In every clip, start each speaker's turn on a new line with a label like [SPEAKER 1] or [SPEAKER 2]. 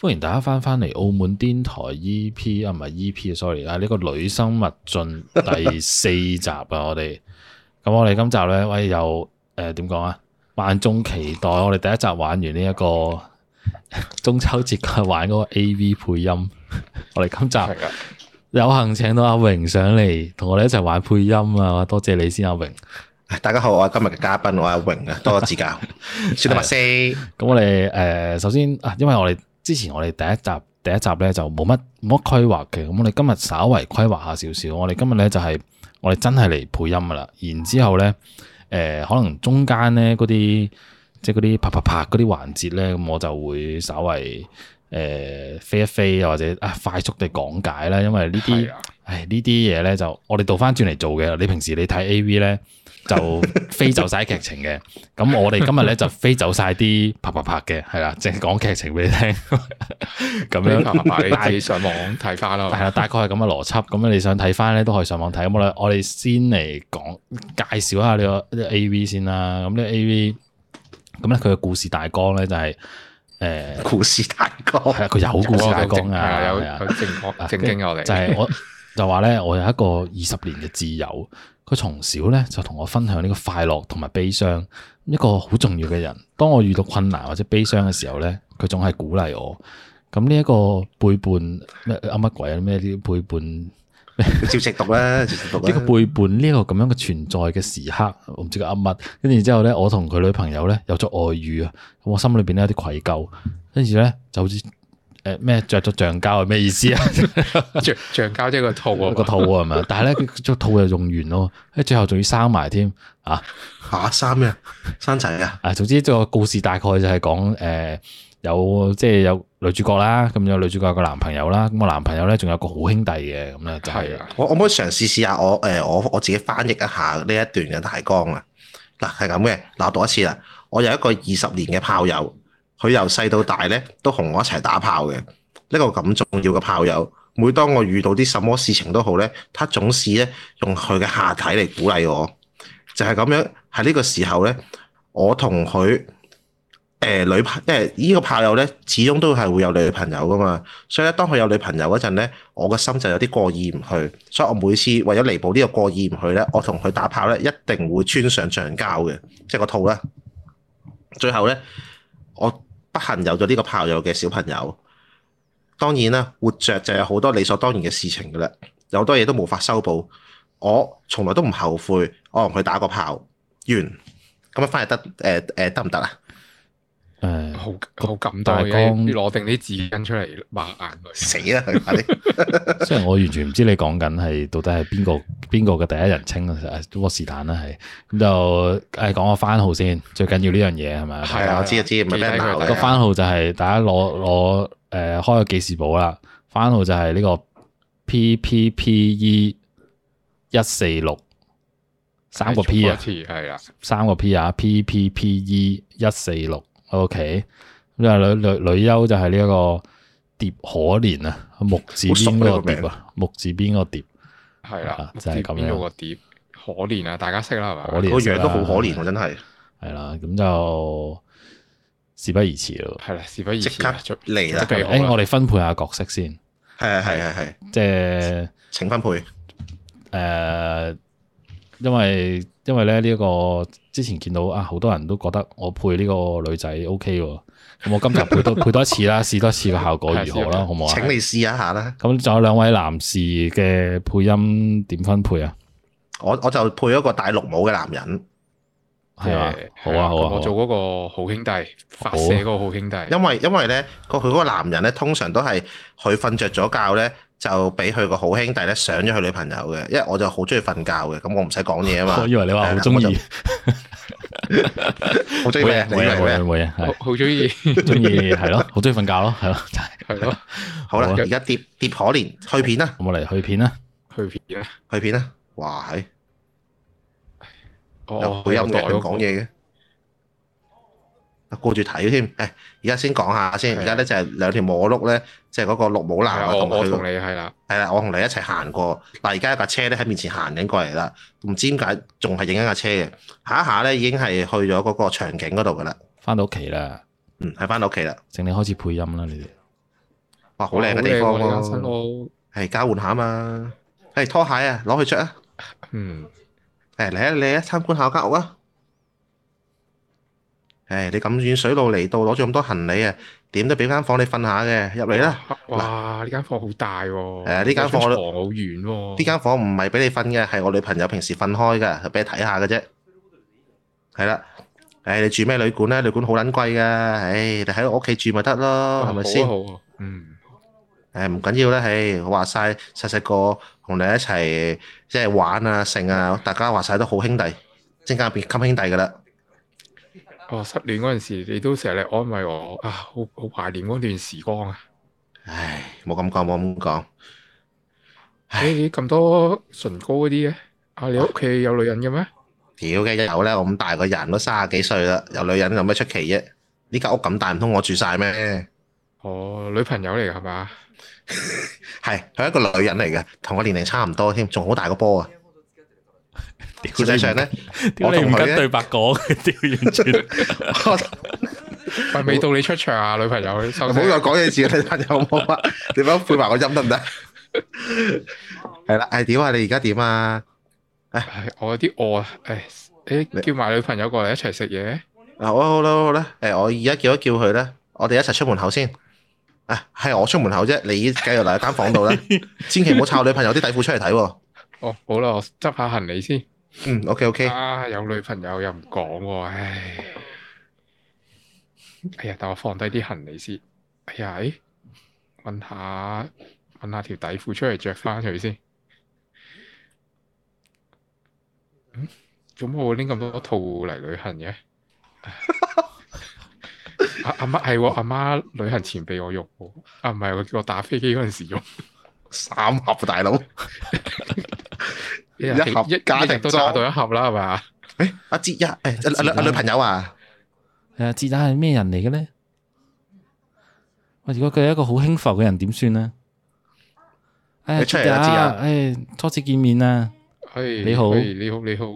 [SPEAKER 1] 歡迎大家翻翻嚟澳門電台 E.P. 啊，唔係 E.P.，sorry 啊，呢個女生勿進 第四集啊，我哋咁我哋今集咧，喂又誒點講啊？萬眾期待，我哋第一集玩完呢、一個 中秋節嗰日玩嗰個 A.V. 配音，我哋今集
[SPEAKER 2] 係啊，
[SPEAKER 1] 有幸請到阿榮上嚟同我哋一齊玩配音啊！多謝你先，阿榮。
[SPEAKER 2] 啊大家好，我係今日嘅嘉賓，我係阿榮啊，多指教， 小得密先，
[SPEAKER 1] 咁我哋誒、呃首先啊，因為我哋之前我哋第一集第一集咧就冇乜冇乜規劃嘅，咁我哋今日稍為規劃下少少。我哋今日咧就係、我哋真係嚟配音噶啦，然之後咧誒、呃可能中間咧嗰啲即係嗰啲啪啪啪嗰啲環節咧，咁我就會稍為誒、呃飛一飛，又或者啊快速地講解啦，因為呢啲
[SPEAKER 2] 係啊。
[SPEAKER 1] 唉，呢啲嘢咧就我哋倒翻轉嚟做嘅。你平時你睇 A.V. 咧就飛走晒劇情嘅，咁我哋今日咧就飛走晒啲啪啪啪嘅，係啦，淨係講劇情俾你聽，咁
[SPEAKER 3] 咁
[SPEAKER 1] 樣
[SPEAKER 3] 麻煩
[SPEAKER 1] 大
[SPEAKER 3] 你自己上網睇翻啦。
[SPEAKER 1] 係啦，大概係咁嘅邏輯。咁你想睇翻咧都可以上網睇。咁我哋我哋先嚟講介紹下呢個 A.V. 先啦。咁呢個 A.V. 咁咧佢嘅故事大綱咧就係、诶誒
[SPEAKER 2] 故事大哥，
[SPEAKER 1] 係啊啦，佢有故
[SPEAKER 3] 我
[SPEAKER 1] 事
[SPEAKER 3] 有
[SPEAKER 1] 大
[SPEAKER 3] 正
[SPEAKER 1] 綱
[SPEAKER 3] 係
[SPEAKER 1] 啊，
[SPEAKER 3] 啊有
[SPEAKER 1] 係啊
[SPEAKER 3] 有正正經嘅啊我哋
[SPEAKER 1] 就係我 就話咧，我有一個二十年嘅摯友，佢從小咧就同我分享呢個快樂同埋悲傷，一個好重要嘅人。當我遇到困難或者悲傷嘅時候咧，佢總係鼓勵我。咁呢一個背叛咩啊乜鬼啊咩呢啲背 叛？
[SPEAKER 2] 照直讀啦，照直讀
[SPEAKER 1] 呢個
[SPEAKER 2] 啦，
[SPEAKER 1] 背叛呢一個咁樣嘅存在嘅時刻，我唔知佢噏乜。跟住之後咧，我同佢女朋友咧有咗外遇啊，咁我心裏邊咧有啲愧疚。跟住咧就好似誒咩着咗橡膠係咩意思啊？
[SPEAKER 3] 橡 橡膠即係個套啊
[SPEAKER 1] 個
[SPEAKER 3] 嘛，
[SPEAKER 1] 套啊，係咪？但係咧，佢個套又用完咯，喺最後仲要生埋添啊！
[SPEAKER 2] 嚇三咩？生仔啊，
[SPEAKER 1] 啊，總之個故事大概就係講誒有即係有女主角啦，咁有女主角有個男朋友啦，咁個男朋友咧仲有個好兄弟嘅，咁咧就係、
[SPEAKER 3] 係啊，
[SPEAKER 2] 我我可唔可以嘗試試下我誒我我自己翻譯一下呢一段嘅大綱啊？嗱係咁嘅，嗱我讀一次啦。我有一個二十年嘅炮友，佢由細到大咧都同我一齊打炮嘅，呢個咁重要嘅炮友。每當我遇到啲什麼事情都好咧，他總是咧用佢嘅下體嚟鼓勵我，就係、咁樣喺呢個時候咧，我同佢誒女朋，因為呢個炮友咧始終都係會有女朋友噶嘛，所以咧當佢有女朋友嗰陣咧，我個心就有啲過意唔去，所以我每次為咗彌補呢個過意唔去咧，我同佢打炮咧一定會穿上橡膠嘅，即係個套啦。最後咧，我不幸有咗呢個炮友嘅小朋友。當然啦，活着就有好多理所當然嘅事情噶啦，有好多嘢都無法修補。我從來都唔後悔，我同佢打過炮，完咁樣翻嚟得誒誒得唔得啊？
[SPEAKER 1] 誒
[SPEAKER 3] 好好感動
[SPEAKER 1] 大
[SPEAKER 3] 啊，
[SPEAKER 1] 綱
[SPEAKER 3] 要攞定啲紙巾出嚟抹眼淚。
[SPEAKER 2] 死啦佢快啲！
[SPEAKER 1] 雖然我完全唔知你講緊係到底係邊個邊個嘅第一人稱啊，不過是但啦係。咁就誒講個番號先，最緊要呢樣嘢係咪？
[SPEAKER 3] 係
[SPEAKER 2] 係啊，我知啊知，唔係俾人鬧
[SPEAKER 3] 記低佢
[SPEAKER 2] 嘅
[SPEAKER 1] 個番號就係大家攞攞誒開個記事簿啦，番號就係呢個 P P P E 一四六三個 P 啊，
[SPEAKER 3] 係啊，
[SPEAKER 1] 三個 P 啊，P P P E 一四六，OK。咁啊女女女優就係呢一個碟可憐啊，木字邊嗰個碟啊，木字邊個碟
[SPEAKER 3] 係
[SPEAKER 1] 啊
[SPEAKER 3] 啦，
[SPEAKER 1] 就係咁樣
[SPEAKER 3] 邊個個碟可憐啊，大家識啦係嘛？
[SPEAKER 1] 可憐
[SPEAKER 2] 個樣都好可憐喎，真係
[SPEAKER 1] 係啦，咁就事不宜遲咯。
[SPEAKER 3] 係啦，事不宜
[SPEAKER 2] 即
[SPEAKER 3] 遲
[SPEAKER 2] 刻
[SPEAKER 3] 啊，準
[SPEAKER 2] 嚟啦！
[SPEAKER 3] 準備
[SPEAKER 1] 誒、
[SPEAKER 3] 好啦
[SPEAKER 1] 我哋分配下角色先，
[SPEAKER 2] 係啊係啊係啊，
[SPEAKER 1] 即係。
[SPEAKER 2] 請分配
[SPEAKER 1] 誒、呃因為因為咧呢一個之前見到啊，好多人都覺得我配呢個女仔 O K 喎，咁我今集 配多配多一次啦，試多一次個效果如何啦，好唔好
[SPEAKER 2] 請
[SPEAKER 1] 啊？
[SPEAKER 2] 你試一下啦。
[SPEAKER 1] 咁仲有兩位男士嘅配音點分配啊？
[SPEAKER 2] 我我就配咗個戴綠帽嘅男人，
[SPEAKER 1] 係嘛
[SPEAKER 3] 誒？
[SPEAKER 1] 好啊好啊
[SPEAKER 3] 咁我
[SPEAKER 1] 好
[SPEAKER 3] 做
[SPEAKER 1] 啊，
[SPEAKER 3] 嗰個好兄弟，發
[SPEAKER 1] 好啊
[SPEAKER 3] 射嗰個好兄弟，
[SPEAKER 2] 因為因為咧個佢嗰個男人咧通常都係佢瞓着咗覺咧就俾佢個好兄弟咧上咗佢女朋友嘅，因為我就好中意瞓覺嘅，咁我唔使講嘢啊 嘛
[SPEAKER 1] 我。以為你話好中意，
[SPEAKER 2] 係啦好中意咩？你以
[SPEAKER 1] 冇嘢
[SPEAKER 2] 為
[SPEAKER 1] 冇嘢
[SPEAKER 2] 咩？啊
[SPEAKER 1] 冇嘢，
[SPEAKER 3] 好
[SPEAKER 1] 係
[SPEAKER 3] 好中意
[SPEAKER 1] 中意係咯，好中意瞓覺咯，係咯，就係
[SPEAKER 3] 係咯，
[SPEAKER 2] 好啦
[SPEAKER 1] 好啊，
[SPEAKER 2] 而家碟碟可憐去片啦，
[SPEAKER 1] 咁我嚟去片啦，
[SPEAKER 3] 去片啊，
[SPEAKER 2] 去片啦。哇，係
[SPEAKER 3] 我
[SPEAKER 2] 有
[SPEAKER 3] 我
[SPEAKER 2] 配音嘅，
[SPEAKER 3] 袋
[SPEAKER 2] 佢
[SPEAKER 3] 嗰
[SPEAKER 2] 唔
[SPEAKER 3] 個
[SPEAKER 2] 講嘢嘅。顧住睇添，誒，而家先講下先。而家咧就係兩條摸碌咧，就係嗰個綠帽男啊，
[SPEAKER 3] 我
[SPEAKER 2] 同
[SPEAKER 3] 我
[SPEAKER 2] 佢個
[SPEAKER 3] 同你係啦，
[SPEAKER 2] 係啦，我同你一齊行過。嗱，而家有架車咧喺面前行緊過嚟啦，唔知點解仲係影緊架車嘅。下一下咧已經係去咗嗰個場景嗰度噶啦，
[SPEAKER 1] 翻到屋企啦，
[SPEAKER 2] 嗯，係翻到屋企啦。
[SPEAKER 1] 請你開始配音啦，你哋
[SPEAKER 2] 哇，好靚嘅地
[SPEAKER 3] 好
[SPEAKER 2] 方
[SPEAKER 3] 靚喎呢間新
[SPEAKER 2] 喎，
[SPEAKER 3] 屋，
[SPEAKER 2] 係交換下嘛。係拖鞋啊，攞去着啊！
[SPEAKER 3] 嗯，
[SPEAKER 2] 誒嚟啊嚟啊，參觀下間屋啊！誒，你咁遠水路嚟到，攞住咁多行李啊，點都俾間房你瞓下嘅，入嚟啦！
[SPEAKER 3] 哇！呢間房好大喎，
[SPEAKER 2] 誒呢間房
[SPEAKER 3] 張
[SPEAKER 2] 我都
[SPEAKER 3] 床好遠喎，
[SPEAKER 2] 呢間房唔係俾你瞓嘅，係我女朋友平時瞓開嘅，俾你睇下嘅啫。係啦，誒你住咩旅館咧？旅館好撚貴㗎，唉，你喺我屋企住咪得咯，係咪先？
[SPEAKER 3] 好啊好啊，嗯，
[SPEAKER 2] 誒唔緊要啦，唉，我話晒細細個同你一齊即係玩啊、剩啊，大家話晒都好兄弟，即刻變襟兄弟㗎啦。
[SPEAKER 3] 我失戀嗰陣時，你都成日嚟安慰我啊，好好懷念嗰段時光啊！
[SPEAKER 2] 唉，冇咁講，冇咁講。唉
[SPEAKER 3] 你你咁多唇膏嗰啲嘅，啊你屋企有女人嘅咩？
[SPEAKER 2] 屌嘅有咧，我咁大個人都三十幾歲啦，有女人有咩出奇啫？呢間屋咁大，唔通我住晒咩？
[SPEAKER 3] 哦，女朋友嚟㗎係嘛？
[SPEAKER 2] 係，佢係一個女人嚟嘅，同我年齡差唔多添，仲好大個波啊！實際上咧，
[SPEAKER 1] 屌你
[SPEAKER 2] 我
[SPEAKER 1] 唔
[SPEAKER 2] 同佢
[SPEAKER 1] 跟
[SPEAKER 2] 咧
[SPEAKER 1] 對白講，屌完全。
[SPEAKER 2] 我
[SPEAKER 3] 喂，未到你出場啊，女朋友，你收
[SPEAKER 2] 唔好
[SPEAKER 3] 聲
[SPEAKER 2] 再講嘢字啦，你朋友好唔 好啊？你幫我配埋個音得唔得？係啦，係點啊？你而家點啊？
[SPEAKER 3] 唉我有啲餓啊！唉，你
[SPEAKER 2] 你
[SPEAKER 3] 叫埋女朋友過嚟一齊食嘢，
[SPEAKER 2] 啊，好啦好啦好啦，誒，我而家叫一叫佢啦，我哋一齊出門口先。啊，係我出門口啫，你繼續留喺間房 度啦，千祈唔好摷女朋友啲底褲出嚟睇喎。
[SPEAKER 3] 哦，好啦，我執下行李先。
[SPEAKER 2] 嗯，OK OK。
[SPEAKER 3] 啊，有女朋友又唔講喎，唉，哎呀，等我放低啲行李先。哎呀，哎，揾下揾下條底褲出嚟着翻佢先。嗯，做乜我拎咁多套嚟旅行嘅？ 啊阿阿媽係喎，阿媽旅行前俾我用喎，啊唔係，佢叫我打飛機嗰陣時用，
[SPEAKER 2] 三盒大佬，
[SPEAKER 3] 一
[SPEAKER 2] 一盒
[SPEAKER 3] 一
[SPEAKER 2] 家
[SPEAKER 3] 一日
[SPEAKER 2] 庭
[SPEAKER 3] 都打
[SPEAKER 2] 裝
[SPEAKER 3] 到一盒啦，係嘛？
[SPEAKER 2] 阿哲一，誒，
[SPEAKER 1] 哲
[SPEAKER 2] 阿
[SPEAKER 1] 啊
[SPEAKER 2] 阿女朋友啊，
[SPEAKER 1] 係啊，智仔係咩人嚟嘅咧？喂，如果佢係一個好輕浮嘅人，點算咧？哎呀，
[SPEAKER 2] 你出嚟啦
[SPEAKER 1] 哲
[SPEAKER 2] 哲
[SPEAKER 1] 啊
[SPEAKER 2] 啊！
[SPEAKER 1] 哎，初次見面啊，
[SPEAKER 3] 嘿
[SPEAKER 1] 你好
[SPEAKER 3] 嘿哎你好，你好。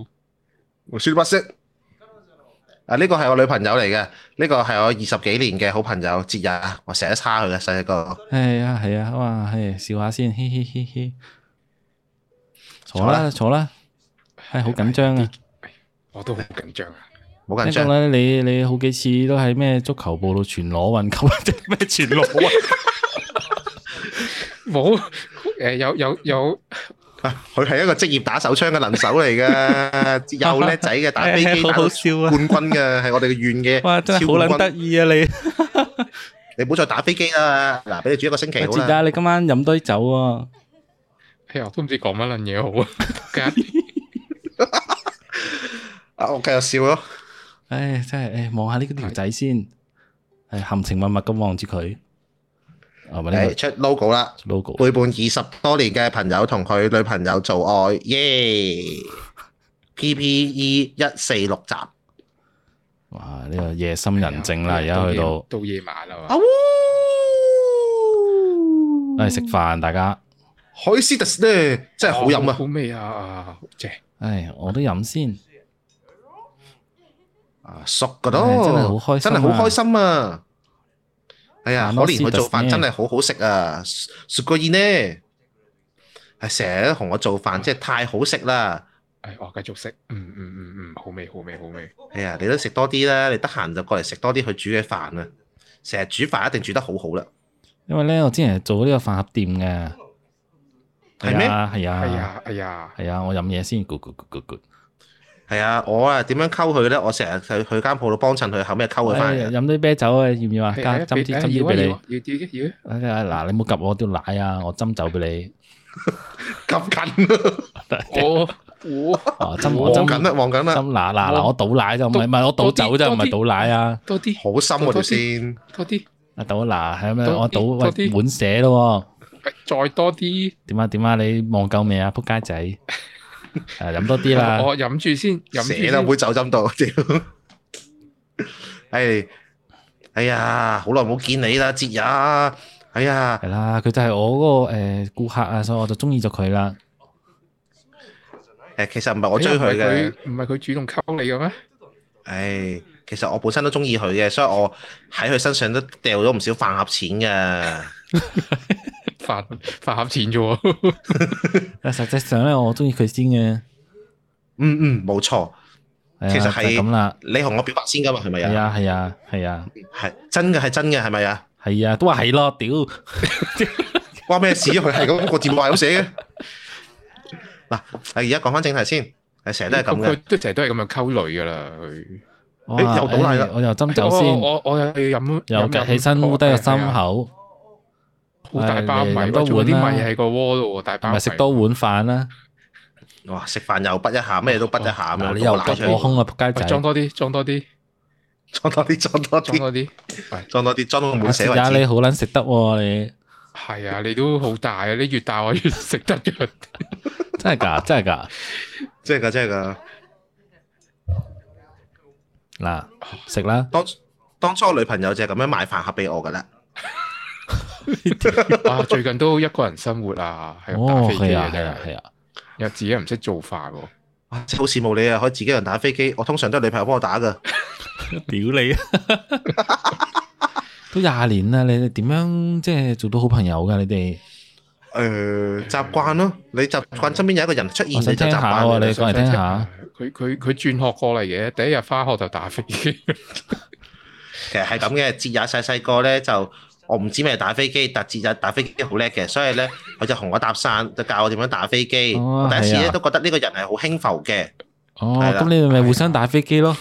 [SPEAKER 2] 胡說不識。啊，呢個係我女朋友嚟嘅，呢個係我二十幾年嘅好朋友哲一，我成日叉佢嘅細細個。
[SPEAKER 1] 係啊，係啊，哇，係笑下先，嘻嘻嘻嘻。坐
[SPEAKER 2] 坐
[SPEAKER 1] 啦，
[SPEAKER 2] 啦
[SPEAKER 1] 坐啦，係好緊張啊！
[SPEAKER 3] 我都好緊張啊！
[SPEAKER 2] 唔哎好緊
[SPEAKER 1] 聽
[SPEAKER 2] 張，
[SPEAKER 1] 講咧，你你好幾次都喺咩足球部度全裸運球，咩全裸啊？
[SPEAKER 3] 冇誒，有有有
[SPEAKER 2] 佢係一個職業打手槍嘅能手嚟嘅，又叻仔嘅，打飛 機打到
[SPEAKER 1] 笑！
[SPEAKER 2] 哎
[SPEAKER 1] 啊
[SPEAKER 2] 冠軍嘅，係我哋嘅縣嘅。
[SPEAKER 1] 哇，真係好撚得意啊！你，
[SPEAKER 2] 你唔好再打飛機啦，嗱，俾你住一個星期好
[SPEAKER 1] 哲
[SPEAKER 2] 啦。
[SPEAKER 1] 仔，你今晚飲多啲酒喎。
[SPEAKER 3] 哎呀，我都唔知講乜撚嘢好啊！
[SPEAKER 2] 啊，我繼續笑咯。
[SPEAKER 1] 唉，真係，唉，望下呢條仔先，係含情脈脈咁望住佢，啊咪呢
[SPEAKER 2] 誒，
[SPEAKER 1] 個
[SPEAKER 2] 出 logo 啦，
[SPEAKER 1] logo，
[SPEAKER 2] 背叛二十多年嘅朋友同佢女朋友做愛，耶！PPE E 一四六集。
[SPEAKER 1] 哇！呢個夜深人靜
[SPEAKER 3] 哎
[SPEAKER 1] 啦，而家去到，
[SPEAKER 3] 到夜晚啦嘛
[SPEAKER 2] 啊，呜！
[SPEAKER 1] 唉食飯大家，
[SPEAKER 2] 海斯特斯咧，真係好飲啊！
[SPEAKER 3] 好味啊啊！正
[SPEAKER 1] 唉我都飲先，
[SPEAKER 2] 啊熟噶
[SPEAKER 1] 唉真
[SPEAKER 2] 咯，
[SPEAKER 1] 係好開心
[SPEAKER 2] 真
[SPEAKER 1] 啊
[SPEAKER 2] 係好開心啊！哎呀，
[SPEAKER 1] 啊
[SPEAKER 2] 可憐
[SPEAKER 1] 海斯
[SPEAKER 2] 佢做
[SPEAKER 1] 特斯呢
[SPEAKER 2] 飯真係好好食啊！雪過燕呢，係成日都同我做飯，真係太好食啦！
[SPEAKER 3] 誒，我繼續食，嗯嗯嗯嗯，好味好味好味！
[SPEAKER 2] 哎呀，你都食多啲啦，你得閒就過嚟食多啲佢煮嘅飯啊！成日煮飯一定煮得好好啦，
[SPEAKER 1] 因為咧我之前係做呢個飯盒店嘅，
[SPEAKER 2] 係
[SPEAKER 1] 係
[SPEAKER 2] 咩
[SPEAKER 1] 啊係
[SPEAKER 3] 哎
[SPEAKER 1] 啊
[SPEAKER 3] 呀哎呀，
[SPEAKER 1] 係啊，我飲嘢先，咕咕咕咕咕，
[SPEAKER 2] 係啊，我啊點樣溝佢咧？我成日去去間鋪度幫襯佢，後尾溝佢
[SPEAKER 1] 唉
[SPEAKER 2] 翻嚟。
[SPEAKER 1] 飲啲啤酒啊，要唔要啊？
[SPEAKER 3] 哎
[SPEAKER 1] 加
[SPEAKER 3] 哎
[SPEAKER 1] 斟啲
[SPEAKER 3] 哎
[SPEAKER 1] 斟
[SPEAKER 3] 要
[SPEAKER 1] 啲
[SPEAKER 3] 啊
[SPEAKER 1] 俾
[SPEAKER 3] 要
[SPEAKER 1] 你
[SPEAKER 3] 啊，要要要要，
[SPEAKER 1] 哎呀嗱你冇及我條奶啊，我斟酒俾
[SPEAKER 2] 咁緊，
[SPEAKER 3] 我我
[SPEAKER 1] 你，啊斟我
[SPEAKER 2] 望
[SPEAKER 1] 斟
[SPEAKER 2] 緊啦，望緊啦，
[SPEAKER 1] 斟奶嗱嗱我倒奶就唔係唔係我倒酒啫，唔係倒奶啊。
[SPEAKER 3] 多啲
[SPEAKER 2] 好深喎條線。
[SPEAKER 3] 多啲，
[SPEAKER 1] 阿啊豆嗱，係咪
[SPEAKER 3] 多啲
[SPEAKER 1] 我倒喂
[SPEAKER 3] 多啲
[SPEAKER 1] 碗寫咯
[SPEAKER 3] 哎再多啲，
[SPEAKER 1] 喎？點啊點啊？你望夠未啊？仆街 仔，誒飲多啲啦。
[SPEAKER 3] 我飲住先，飲住
[SPEAKER 2] 寫
[SPEAKER 3] 先
[SPEAKER 2] 啦，杯酒斟 到，屌！哎，哎呀，好耐冇見你啦，哲也。哎呀，
[SPEAKER 1] 係啦，佢就係我嗰個誒顧客啊，所以我就中意咗佢啦。
[SPEAKER 2] 誒，其實唔係我追佢
[SPEAKER 3] 哎
[SPEAKER 2] 嘅，，
[SPEAKER 3] 唔係唔係佢主動溝你嘅咩？
[SPEAKER 2] 唉，其實我本身都中意佢嘅，所以我喺佢身上都掉咗唔少飯盒錢嘅。
[SPEAKER 3] 飯飯盒錢啫喎，
[SPEAKER 1] 但實際上咧，我中意佢先嘅。
[SPEAKER 2] 嗯嗯，冇錯，
[SPEAKER 1] 係啊
[SPEAKER 2] 其實
[SPEAKER 1] 就
[SPEAKER 2] 係
[SPEAKER 1] 咁啦。
[SPEAKER 2] 你同我表白先噶嘛，係咪
[SPEAKER 1] 係
[SPEAKER 2] 啊？
[SPEAKER 1] 啊，係啊，係啊，
[SPEAKER 2] 係真嘅，係真嘅，係咪啊？
[SPEAKER 1] 係啊，都話係咯，屌！
[SPEAKER 2] 關咩事啊？佢係咁個字幕係咁寫嘅。嗱，而家講翻正題先，係成日都係咁 嘅。
[SPEAKER 3] 佢都成日都係咁樣溝女噶啦，佢。
[SPEAKER 1] 我
[SPEAKER 2] 誒
[SPEAKER 1] 話
[SPEAKER 2] 又倒奶啦
[SPEAKER 1] 哎誒我又斟 酒
[SPEAKER 3] 我
[SPEAKER 1] 先，
[SPEAKER 3] 我我又要飲，啊
[SPEAKER 1] 又趌起身，烏低個心口，
[SPEAKER 2] 啊
[SPEAKER 3] 好大包米
[SPEAKER 1] 誒
[SPEAKER 3] 喎，
[SPEAKER 1] 飲多
[SPEAKER 3] 仲有啲
[SPEAKER 1] 碗啦
[SPEAKER 3] 米喺個鍋度喎，大
[SPEAKER 1] 同
[SPEAKER 3] 包米
[SPEAKER 1] 埋食多碗飯啦。
[SPEAKER 2] 哇！食飯又滗一下，咩都滗一下咁
[SPEAKER 1] 嗱
[SPEAKER 2] 樣，
[SPEAKER 1] 你又
[SPEAKER 2] 啊倒奶出
[SPEAKER 1] 吉我
[SPEAKER 2] 嚟
[SPEAKER 1] 空啊，仆街
[SPEAKER 3] 喂
[SPEAKER 1] 仔！
[SPEAKER 3] 裝多啲，裝多啲，
[SPEAKER 2] 裝多啲，裝多
[SPEAKER 3] 裝
[SPEAKER 2] 啲，
[SPEAKER 3] 多啲。
[SPEAKER 2] 裝多啲，裝到滿寫為
[SPEAKER 1] 啊
[SPEAKER 2] 止。
[SPEAKER 1] 你好撚食得喎，你
[SPEAKER 3] 係啊，你都好大啊！你越大我越食得 嘅。
[SPEAKER 1] 真係㗎，真係㗎。
[SPEAKER 2] 即係㗎，即係㗎。
[SPEAKER 1] 嗱，食啦，
[SPEAKER 2] 當當初我女朋友就係咁樣買飯盒俾我㗎啦。
[SPEAKER 3] 啊，最近都一個人生活啊，係咁打
[SPEAKER 1] 哦，
[SPEAKER 3] 飛機
[SPEAKER 1] 係
[SPEAKER 3] 啊，
[SPEAKER 1] 啊，
[SPEAKER 3] 真
[SPEAKER 1] 係啊，
[SPEAKER 3] 係
[SPEAKER 1] 係啊，
[SPEAKER 3] 又自己又唔識做飯喎。
[SPEAKER 2] 哇！真係好羨慕你啊，可以自己一個人打飛機。我通常都係女朋友幫我打㗎。
[SPEAKER 1] 屌你啊！啊 都廿年啦，你哋點樣即係做到好朋友㗎？你哋
[SPEAKER 2] 誒習慣咯，你習慣身邊有一個人出現，
[SPEAKER 1] 我
[SPEAKER 2] 你
[SPEAKER 1] 想
[SPEAKER 2] 就
[SPEAKER 1] 聽
[SPEAKER 2] 習
[SPEAKER 1] 下喎，
[SPEAKER 2] 慣㗎
[SPEAKER 1] 哦你
[SPEAKER 2] 啦。
[SPEAKER 1] 講嚟聽下。
[SPEAKER 3] 佢佢佢轉學過嚟嘅，第一日翻學就打飛 機。
[SPEAKER 2] 其實係咁嘅，節日細細個咧就我唔知咩打飛機，但節日打飛機好叻嘅，所以咧佢就同我搭訕，就教我點樣打飛機。
[SPEAKER 1] 哦
[SPEAKER 2] 我第一次
[SPEAKER 1] 係
[SPEAKER 2] 咧
[SPEAKER 1] 啊
[SPEAKER 2] 都覺得呢個人係好輕浮嘅，
[SPEAKER 1] 哦，
[SPEAKER 2] 係啦
[SPEAKER 1] 咁你哋咪互相打飛機咯，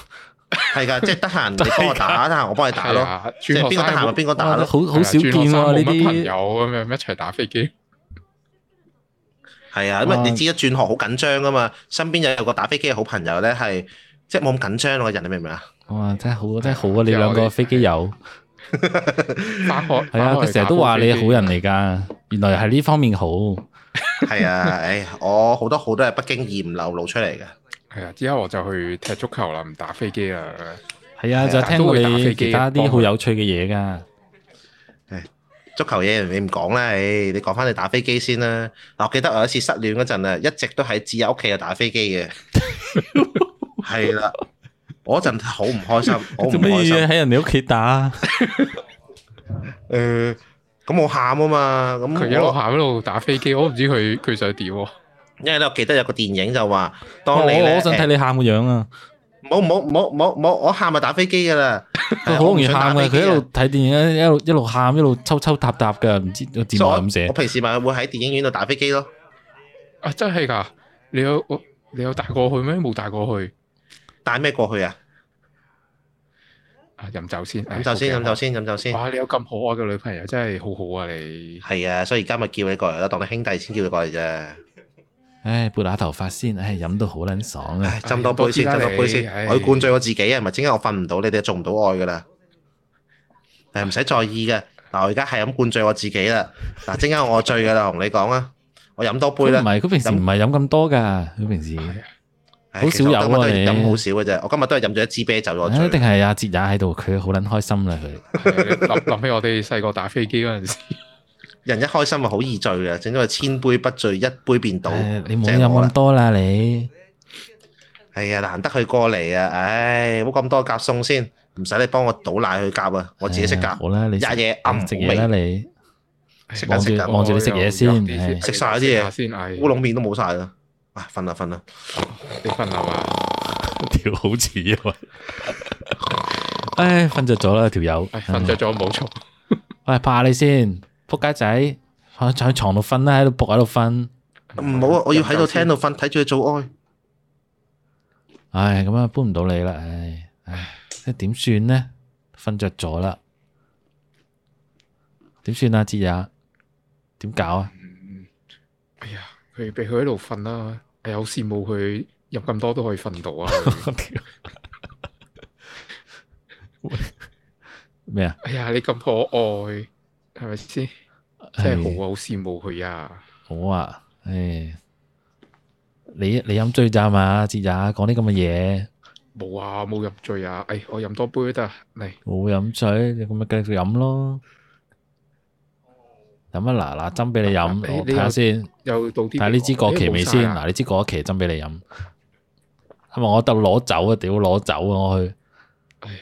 [SPEAKER 2] 係㗎，即係得閒你幫我打，得閒我幫你打
[SPEAKER 3] 係
[SPEAKER 2] 咯，
[SPEAKER 3] 啊，
[SPEAKER 2] 即
[SPEAKER 3] 轉
[SPEAKER 2] 係
[SPEAKER 3] 學
[SPEAKER 2] 邊個得閒就邊個
[SPEAKER 3] 生冇啊
[SPEAKER 2] 打
[SPEAKER 1] 哇
[SPEAKER 2] 咯。
[SPEAKER 1] 好好少見
[SPEAKER 3] 轉學生
[SPEAKER 1] 喎
[SPEAKER 3] 冇
[SPEAKER 1] 呢
[SPEAKER 3] 乜朋友
[SPEAKER 1] 啲。
[SPEAKER 3] 咁樣一齊打飛機。
[SPEAKER 2] 係啊，因
[SPEAKER 1] 哇
[SPEAKER 2] 為你知一轉學好緊張噶嘛，身邊有個打飛機嘅好朋友咧，係即係冇咁緊張咯，個人你明唔明啊？
[SPEAKER 1] 哇，真係好，真係好啊！你兩個飛機友，
[SPEAKER 3] 翻學
[SPEAKER 1] 係啊，佢成日都話你係好人
[SPEAKER 3] 人。
[SPEAKER 1] 嚟㗎，原來係呢方面好。
[SPEAKER 2] 係啊，誒，我好多好多係不經意唔流露出嚟嘅。
[SPEAKER 3] 係啊，之後我就去踢足球啦，唔打飛機啦。
[SPEAKER 1] 係啊，
[SPEAKER 2] 係啊
[SPEAKER 1] 仲有聽
[SPEAKER 3] 都
[SPEAKER 1] 過
[SPEAKER 3] 會打
[SPEAKER 1] 你
[SPEAKER 3] 飛機
[SPEAKER 1] 其他
[SPEAKER 3] 幫
[SPEAKER 1] 啲
[SPEAKER 3] 佢
[SPEAKER 1] 好有趣嘅嘢㗎。
[SPEAKER 2] 足球嘢你唔講啦，誒，你講翻你打飛機先啦。嗱，我記得我有一次失戀嗰陣啊，一直都喺自己屋企度打飛機嘅。係啦，我嗰陣好唔開心，好唔
[SPEAKER 1] 做咩
[SPEAKER 2] 開心
[SPEAKER 1] 要。喺人哋屋企打？
[SPEAKER 2] 誒，咁我喊啊嘛，咁
[SPEAKER 3] 佢一路
[SPEAKER 2] 我
[SPEAKER 3] 行一路打飛機，我唔知佢佢想點喎。
[SPEAKER 2] 因為咧，我記得有個電影就話，
[SPEAKER 1] 我
[SPEAKER 2] 當你
[SPEAKER 1] 我
[SPEAKER 2] 咧
[SPEAKER 1] 想睇你喊個樣啊！
[SPEAKER 2] 冇冇冇冇冇，我喊咪打飛機噶啦，
[SPEAKER 1] 佢 好容易喊
[SPEAKER 2] 嘅，
[SPEAKER 1] 嘅，佢一路睇電影一路一路喊，一路抽抽搭搭嘅，唔知個字幕
[SPEAKER 2] 所以我
[SPEAKER 1] 係咁寫
[SPEAKER 2] 我。平時咪會喺電影院度打飛機咯，
[SPEAKER 3] 啊，真係㗎！你有我你有帶過去咩？冇帶過去
[SPEAKER 2] 帶咩過去啊？
[SPEAKER 3] 啊！飲酒先，
[SPEAKER 2] 飲酒先，飲酒先，飲酒
[SPEAKER 3] 先
[SPEAKER 2] 先。
[SPEAKER 3] 哇！你有咁可愛嘅女朋友，真係好好啊！你
[SPEAKER 2] 係啊，所以而家咪叫你過嚟咯，當你兄弟先叫你過嚟啫。
[SPEAKER 1] 唉，撥下頭髮先，唉，飲到好撚爽啊！
[SPEAKER 2] 唉，斟多杯先，
[SPEAKER 3] 多啲啦
[SPEAKER 2] 斟多杯
[SPEAKER 3] 你
[SPEAKER 2] 先
[SPEAKER 3] 唉。
[SPEAKER 2] 我要灌醉我自己啊，咪即刻我瞓唔到，你哋做唔到愛噶啦。誒，唔使在意嘅。嗱，我而家係咁灌醉我自己啦。嗱，即刻我醉噶啦，同你講啊，我飲多杯
[SPEAKER 1] 佢唔
[SPEAKER 2] 啦。
[SPEAKER 1] 係，佢平時唔係飲咁多㗎，佢平時
[SPEAKER 3] 係啊
[SPEAKER 2] 唉
[SPEAKER 1] 好
[SPEAKER 2] 其實我
[SPEAKER 1] 少有
[SPEAKER 2] 今
[SPEAKER 1] 啊
[SPEAKER 2] 日都係飲
[SPEAKER 1] 你
[SPEAKER 2] 好少嘅啫，我今日都係飲咗一支啤酒我
[SPEAKER 1] 唉一定
[SPEAKER 2] 醉。
[SPEAKER 1] 係阿哲也喺度，佢好撚開心啦佢。
[SPEAKER 3] 係諗諗起我哋細個打飛機嗰陣時，
[SPEAKER 2] 人一開心咪好易醉嘅，整咗佢千杯不醉，一杯便倒。
[SPEAKER 1] 唉你唔好
[SPEAKER 2] 正
[SPEAKER 1] 飲
[SPEAKER 2] 我啦
[SPEAKER 1] 咁多啦你。
[SPEAKER 2] 係啊，難得佢過嚟啊，唉，冇咁多夾餸先，唔使你幫我倒奶去夾啊，我自己識
[SPEAKER 1] 唉
[SPEAKER 2] 夾，
[SPEAKER 1] 好啦，你
[SPEAKER 2] 一
[SPEAKER 1] 食
[SPEAKER 2] 嘢暗
[SPEAKER 1] 啊食嘢啦你。
[SPEAKER 2] 食緊
[SPEAKER 1] 望
[SPEAKER 2] 食
[SPEAKER 1] 住
[SPEAKER 2] 緊
[SPEAKER 1] 望住你食嘢先，唉
[SPEAKER 2] 食晒啲嘢
[SPEAKER 3] 先，唉，
[SPEAKER 2] 烏龍面都冇晒啦，啊，瞓啦瞓啦，
[SPEAKER 3] 你瞓啦嘛？
[SPEAKER 1] 條好似啊喂。唉，瞓着咗啦條友。
[SPEAKER 3] 唉，瞓着咗冇錯。
[SPEAKER 1] 喂，怕你先，仆街仔，喺喺床度瞓啦，喺度仆喺度瞓。
[SPEAKER 2] 唔好啊，我要喺度廳度瞓，睇住佢做愛，
[SPEAKER 1] 唉，咁啊，搬唔到你啦，唉，唉，即係點算呢？瞓着咗啦，點算啊？哲也，點搞啊？
[SPEAKER 3] 哎呀，佢俾佢喺度瞓啦，係好羨慕佢飲咁多都可以瞓到啊！
[SPEAKER 1] 咩啊？
[SPEAKER 3] 哎呀，你咁可愛，係咪先？真係好啊，好羨慕佢啊！
[SPEAKER 1] 唉好啊，唉，你你飲醉咋嘛？哲也講啲咁嘅嘢，
[SPEAKER 3] 冇啊，冇飲醉啊！哎，我飲多杯都得啊，嚟
[SPEAKER 1] 我會飲醉，你咁咪繼續飲咯，飲一嗱嗱斟俾你飲，
[SPEAKER 3] 你
[SPEAKER 1] 我
[SPEAKER 3] 你
[SPEAKER 1] 睇下
[SPEAKER 3] 又
[SPEAKER 1] 先。
[SPEAKER 3] 又倒啲俾
[SPEAKER 1] 睇
[SPEAKER 3] 我。
[SPEAKER 1] 下呢支過期未先？啊
[SPEAKER 3] 哎
[SPEAKER 1] 嗱，呢支過咗期，斟俾你飲。係咪我得攞酒啊？屌攞酒啊！我去，
[SPEAKER 3] 冇晒啦哎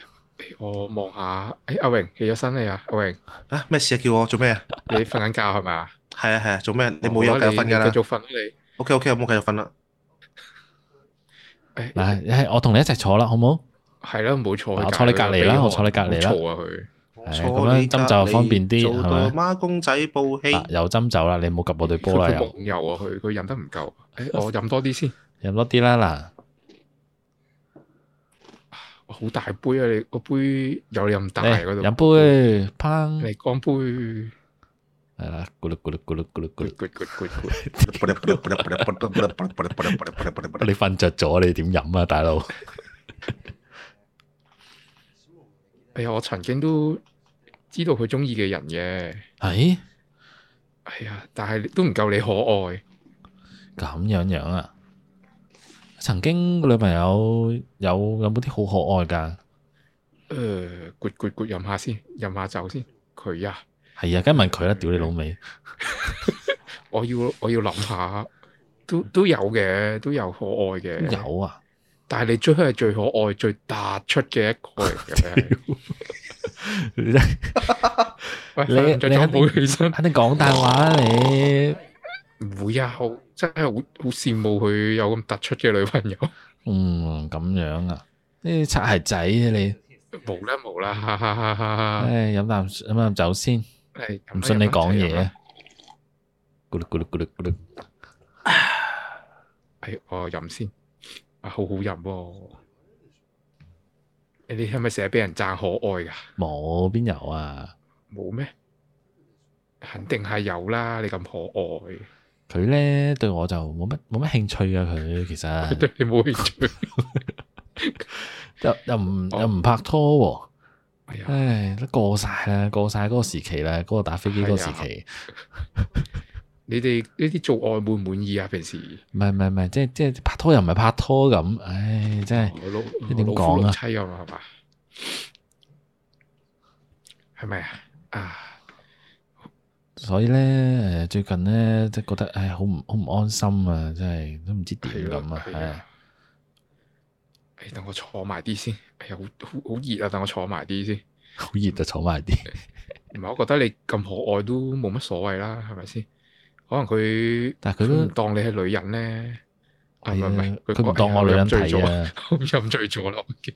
[SPEAKER 3] 我望下，哎，阿榮起咗身未啊？阿榮，
[SPEAKER 2] 啊，咩事啊，叫我做咩啊，
[SPEAKER 3] 你瞓緊覺係咪啊？
[SPEAKER 2] 係啊係啊，做咩？你冇嘢繼續瞓㗎
[SPEAKER 3] 你
[SPEAKER 2] 啦
[SPEAKER 3] 繼。續瞓啦你
[SPEAKER 2] OK OK，咁我繼續瞓啦。
[SPEAKER 3] 哎。
[SPEAKER 1] 嗱，係我同你一齊坐啦，好冇？
[SPEAKER 3] 係啦，冇錯。
[SPEAKER 1] 我坐你隔離啦
[SPEAKER 3] 俾
[SPEAKER 1] 我坐你隔離啦
[SPEAKER 3] 好嘈啊佢。
[SPEAKER 1] 係咁樣針就方便啲
[SPEAKER 2] 做
[SPEAKER 1] 係
[SPEAKER 2] 到
[SPEAKER 1] 咪啊
[SPEAKER 2] 孖公仔布戲，
[SPEAKER 1] 嗱，有針走啦，你冇及我對
[SPEAKER 3] 佢
[SPEAKER 1] 波啦，
[SPEAKER 3] 佢
[SPEAKER 1] 又
[SPEAKER 3] 夢遊啊佢，佢飲得唔夠。哎我飲多啲先。
[SPEAKER 1] 飲多啲啦
[SPEAKER 3] 哇好大杯啊！你個杯有你咁
[SPEAKER 1] 嗱，
[SPEAKER 3] 大啊嗰
[SPEAKER 1] 嚟
[SPEAKER 3] 度。
[SPEAKER 1] 哎飲杯，砰，
[SPEAKER 3] 你乾杯。
[SPEAKER 1] 係啦，咕嚕咕嚕咕嚕咕嚕咕嚕，
[SPEAKER 3] good good good good。
[SPEAKER 1] 你瞓着咗，你點飲啊，大 佬？
[SPEAKER 3] 哎呀，我曾經都知道佢中意嘅人嘅，
[SPEAKER 1] 係
[SPEAKER 3] 哎呀，但係都唔夠你可愛。
[SPEAKER 1] 咁樣樣啊？曾經個女朋友有有冇啲好可愛㗎？
[SPEAKER 3] 誒、good good good，飲下先，飲下酒先。佢呀，
[SPEAKER 1] 係啊，梗係問佢啦，屌你老味！
[SPEAKER 3] 我要我要諗下，都都有嘅，都有可愛嘅。
[SPEAKER 1] 有啊，
[SPEAKER 3] 但係你追佢係最可愛、最突出嘅一個嚟 嘅。
[SPEAKER 1] 你真係
[SPEAKER 3] 喂，
[SPEAKER 1] 你
[SPEAKER 3] 瞓唔着
[SPEAKER 1] 你肯
[SPEAKER 3] 咗
[SPEAKER 1] 定
[SPEAKER 3] 好起身，
[SPEAKER 1] 肯定講大話啦你。
[SPEAKER 3] 唔會啊！我真係好好羨慕佢有咁突出嘅女朋友。
[SPEAKER 1] 嗯，咁樣啊？呢擦鞋仔啊你，
[SPEAKER 3] 冇啦冇啦，哈哈哈哈哈！
[SPEAKER 1] 唉，飲啖飲啖酒先，
[SPEAKER 3] 係啊飲啦
[SPEAKER 1] 唔信你
[SPEAKER 3] 飲啦
[SPEAKER 1] 講
[SPEAKER 3] 飲
[SPEAKER 1] 嘢
[SPEAKER 3] 啦
[SPEAKER 1] 啊！咕嚕咕嚕咕嚕咕嚕，
[SPEAKER 3] 哎，我飲先，啊，好好飲喎、你係咪成日俾人讚可愛噶？
[SPEAKER 1] 冇邊有啊？
[SPEAKER 3] 冇咩？肯定係有啦，你咁可愛，
[SPEAKER 1] 佢咧對我就冇乜冇乜興趣啊！佢其
[SPEAKER 3] 佢
[SPEAKER 1] 實
[SPEAKER 3] 對你冇興趣。
[SPEAKER 1] 又又唔
[SPEAKER 3] 哦
[SPEAKER 1] 又唔拍拖
[SPEAKER 3] 哎
[SPEAKER 1] 喎，
[SPEAKER 3] 呀，
[SPEAKER 1] 唉，都過晒啦，過晒嗰個時期啦，嗰個打飛機嗰個時期，
[SPEAKER 3] 你哋呢啲做愛滿唔滿意啊？平時
[SPEAKER 1] 唔係唔係唔係，即係即係拍拖又唔係拍拖咁，唉，真係
[SPEAKER 3] 我老
[SPEAKER 1] 你點
[SPEAKER 3] 我老
[SPEAKER 1] 講
[SPEAKER 3] 夫
[SPEAKER 1] 啊
[SPEAKER 3] 老妻啊嘛，係嘛？係咪啊？啊，
[SPEAKER 1] 所以咧誒最近咧即係覺得唉好唔好唔安心啊！真係都唔知點
[SPEAKER 3] 係咯
[SPEAKER 1] 咁啊，
[SPEAKER 3] 係
[SPEAKER 1] 唉
[SPEAKER 3] 啊。哎，等我坐埋啲先。哎呀，好好好熱啊！等我坐埋啲先。
[SPEAKER 1] 好熱就坐埋啲。
[SPEAKER 3] 唔係，我覺得你咁可愛都冇乜所謂啦，係咪先？可能佢
[SPEAKER 1] 但係佢
[SPEAKER 3] 佢
[SPEAKER 1] 都
[SPEAKER 3] 唔當你係女人咧，啊唔係唔
[SPEAKER 1] 係
[SPEAKER 3] 係
[SPEAKER 1] 啊，佢唔當我女人睇
[SPEAKER 3] 啊，
[SPEAKER 1] 啊，
[SPEAKER 3] 我飲醉咗 啦，我記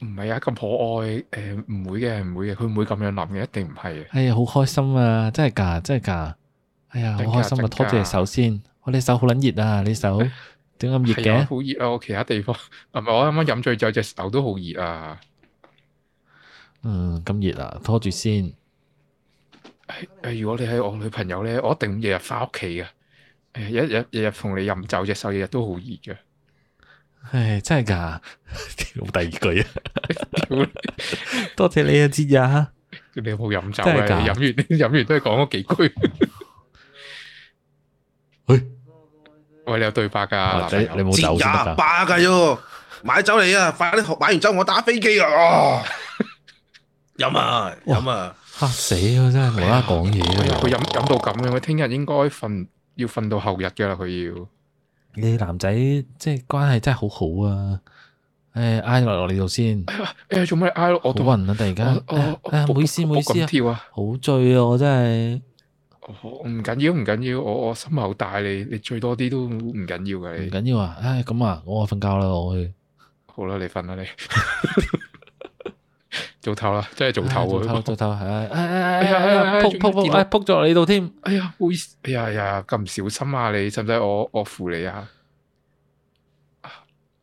[SPEAKER 3] 唔係啊，咁可愛誒，唔、會嘅，唔會嘅，佢唔會咁樣諗嘅，一定唔係嘅。
[SPEAKER 1] 哎呀好開心啊，真係㗎，真係㗎，哎呀好
[SPEAKER 3] 真㗎
[SPEAKER 1] 開心
[SPEAKER 3] 真
[SPEAKER 1] 啊，
[SPEAKER 3] 㗎
[SPEAKER 1] 拖住隻手先，我你手好撚熱啊，你手點解咁熱
[SPEAKER 3] 係啊
[SPEAKER 1] 嘅？
[SPEAKER 3] 好熱啊！我其他地方唔係我啱啱飲醉酒，隻手都好熱啊！
[SPEAKER 1] 嗯，咁熱啊，拖住先。
[SPEAKER 3] 誒，如果你係我女朋友咧，我一定日日翻屋企嘅。 誒，日日日日同你飲酒，隻手日日都好熱嘅。
[SPEAKER 1] 唉，真係 噶，屌第二句 啊！
[SPEAKER 3] 屌
[SPEAKER 1] 多謝你啊，節日啊！
[SPEAKER 3] 你有冇飲酒
[SPEAKER 1] 真係
[SPEAKER 3] 啊？
[SPEAKER 1] 㗎
[SPEAKER 3] 你飲完 飲完都係講嗰幾句。
[SPEAKER 1] 喂
[SPEAKER 3] 喂，你有對白㗎？啊男
[SPEAKER 1] 你
[SPEAKER 3] 朋友
[SPEAKER 1] 啊
[SPEAKER 3] 啊
[SPEAKER 1] 你冇走先得
[SPEAKER 2] 呀，
[SPEAKER 1] 噶，
[SPEAKER 2] 啊霸㗎喎，買酒嚟啊！快啲買完酒我打飛機啊！ 哦飲啊飲啊！
[SPEAKER 1] 嚇死啊！真係無啦啦講
[SPEAKER 3] 哎呀佢
[SPEAKER 1] 嘢啊！
[SPEAKER 3] 飲飲到咁樣，佢聽日應該瞓要瞓到後日㗎啦，佢要。
[SPEAKER 1] 你男仔即係關係真係好好啊！唉，挨落落你度先，
[SPEAKER 3] 誒，做咩挨
[SPEAKER 1] 好
[SPEAKER 3] 哎我度？我
[SPEAKER 1] 暈啊！突然間，
[SPEAKER 3] 我
[SPEAKER 1] 哎呀唔好意思，唔好意思
[SPEAKER 3] 咁
[SPEAKER 1] 啊，
[SPEAKER 3] 跳啊！
[SPEAKER 1] 好醉啊！我真係，
[SPEAKER 3] 我唔緊要，唔緊要，我我心口大你，你醉多啲都唔緊要㗎。
[SPEAKER 1] 唔
[SPEAKER 3] 你
[SPEAKER 1] 緊要啊！唉，咁啊，我瞓覺啦，我去
[SPEAKER 3] 好啦，你 瞓啦你。早唞啦，真係早
[SPEAKER 1] 唉早唞，
[SPEAKER 3] 唞喎。
[SPEAKER 1] 早唞，唉唉唉
[SPEAKER 3] 哎呀
[SPEAKER 1] 唉唉，
[SPEAKER 3] 哎
[SPEAKER 1] 撲
[SPEAKER 3] 呀
[SPEAKER 1] 撲
[SPEAKER 3] 做乜
[SPEAKER 1] 撲，
[SPEAKER 3] 電話
[SPEAKER 1] 唉撲咗落你度添。
[SPEAKER 3] 哎呀，唔好意思，哎呀哎呀，咁唔小心啊你，使唔使我我扶你啊？啊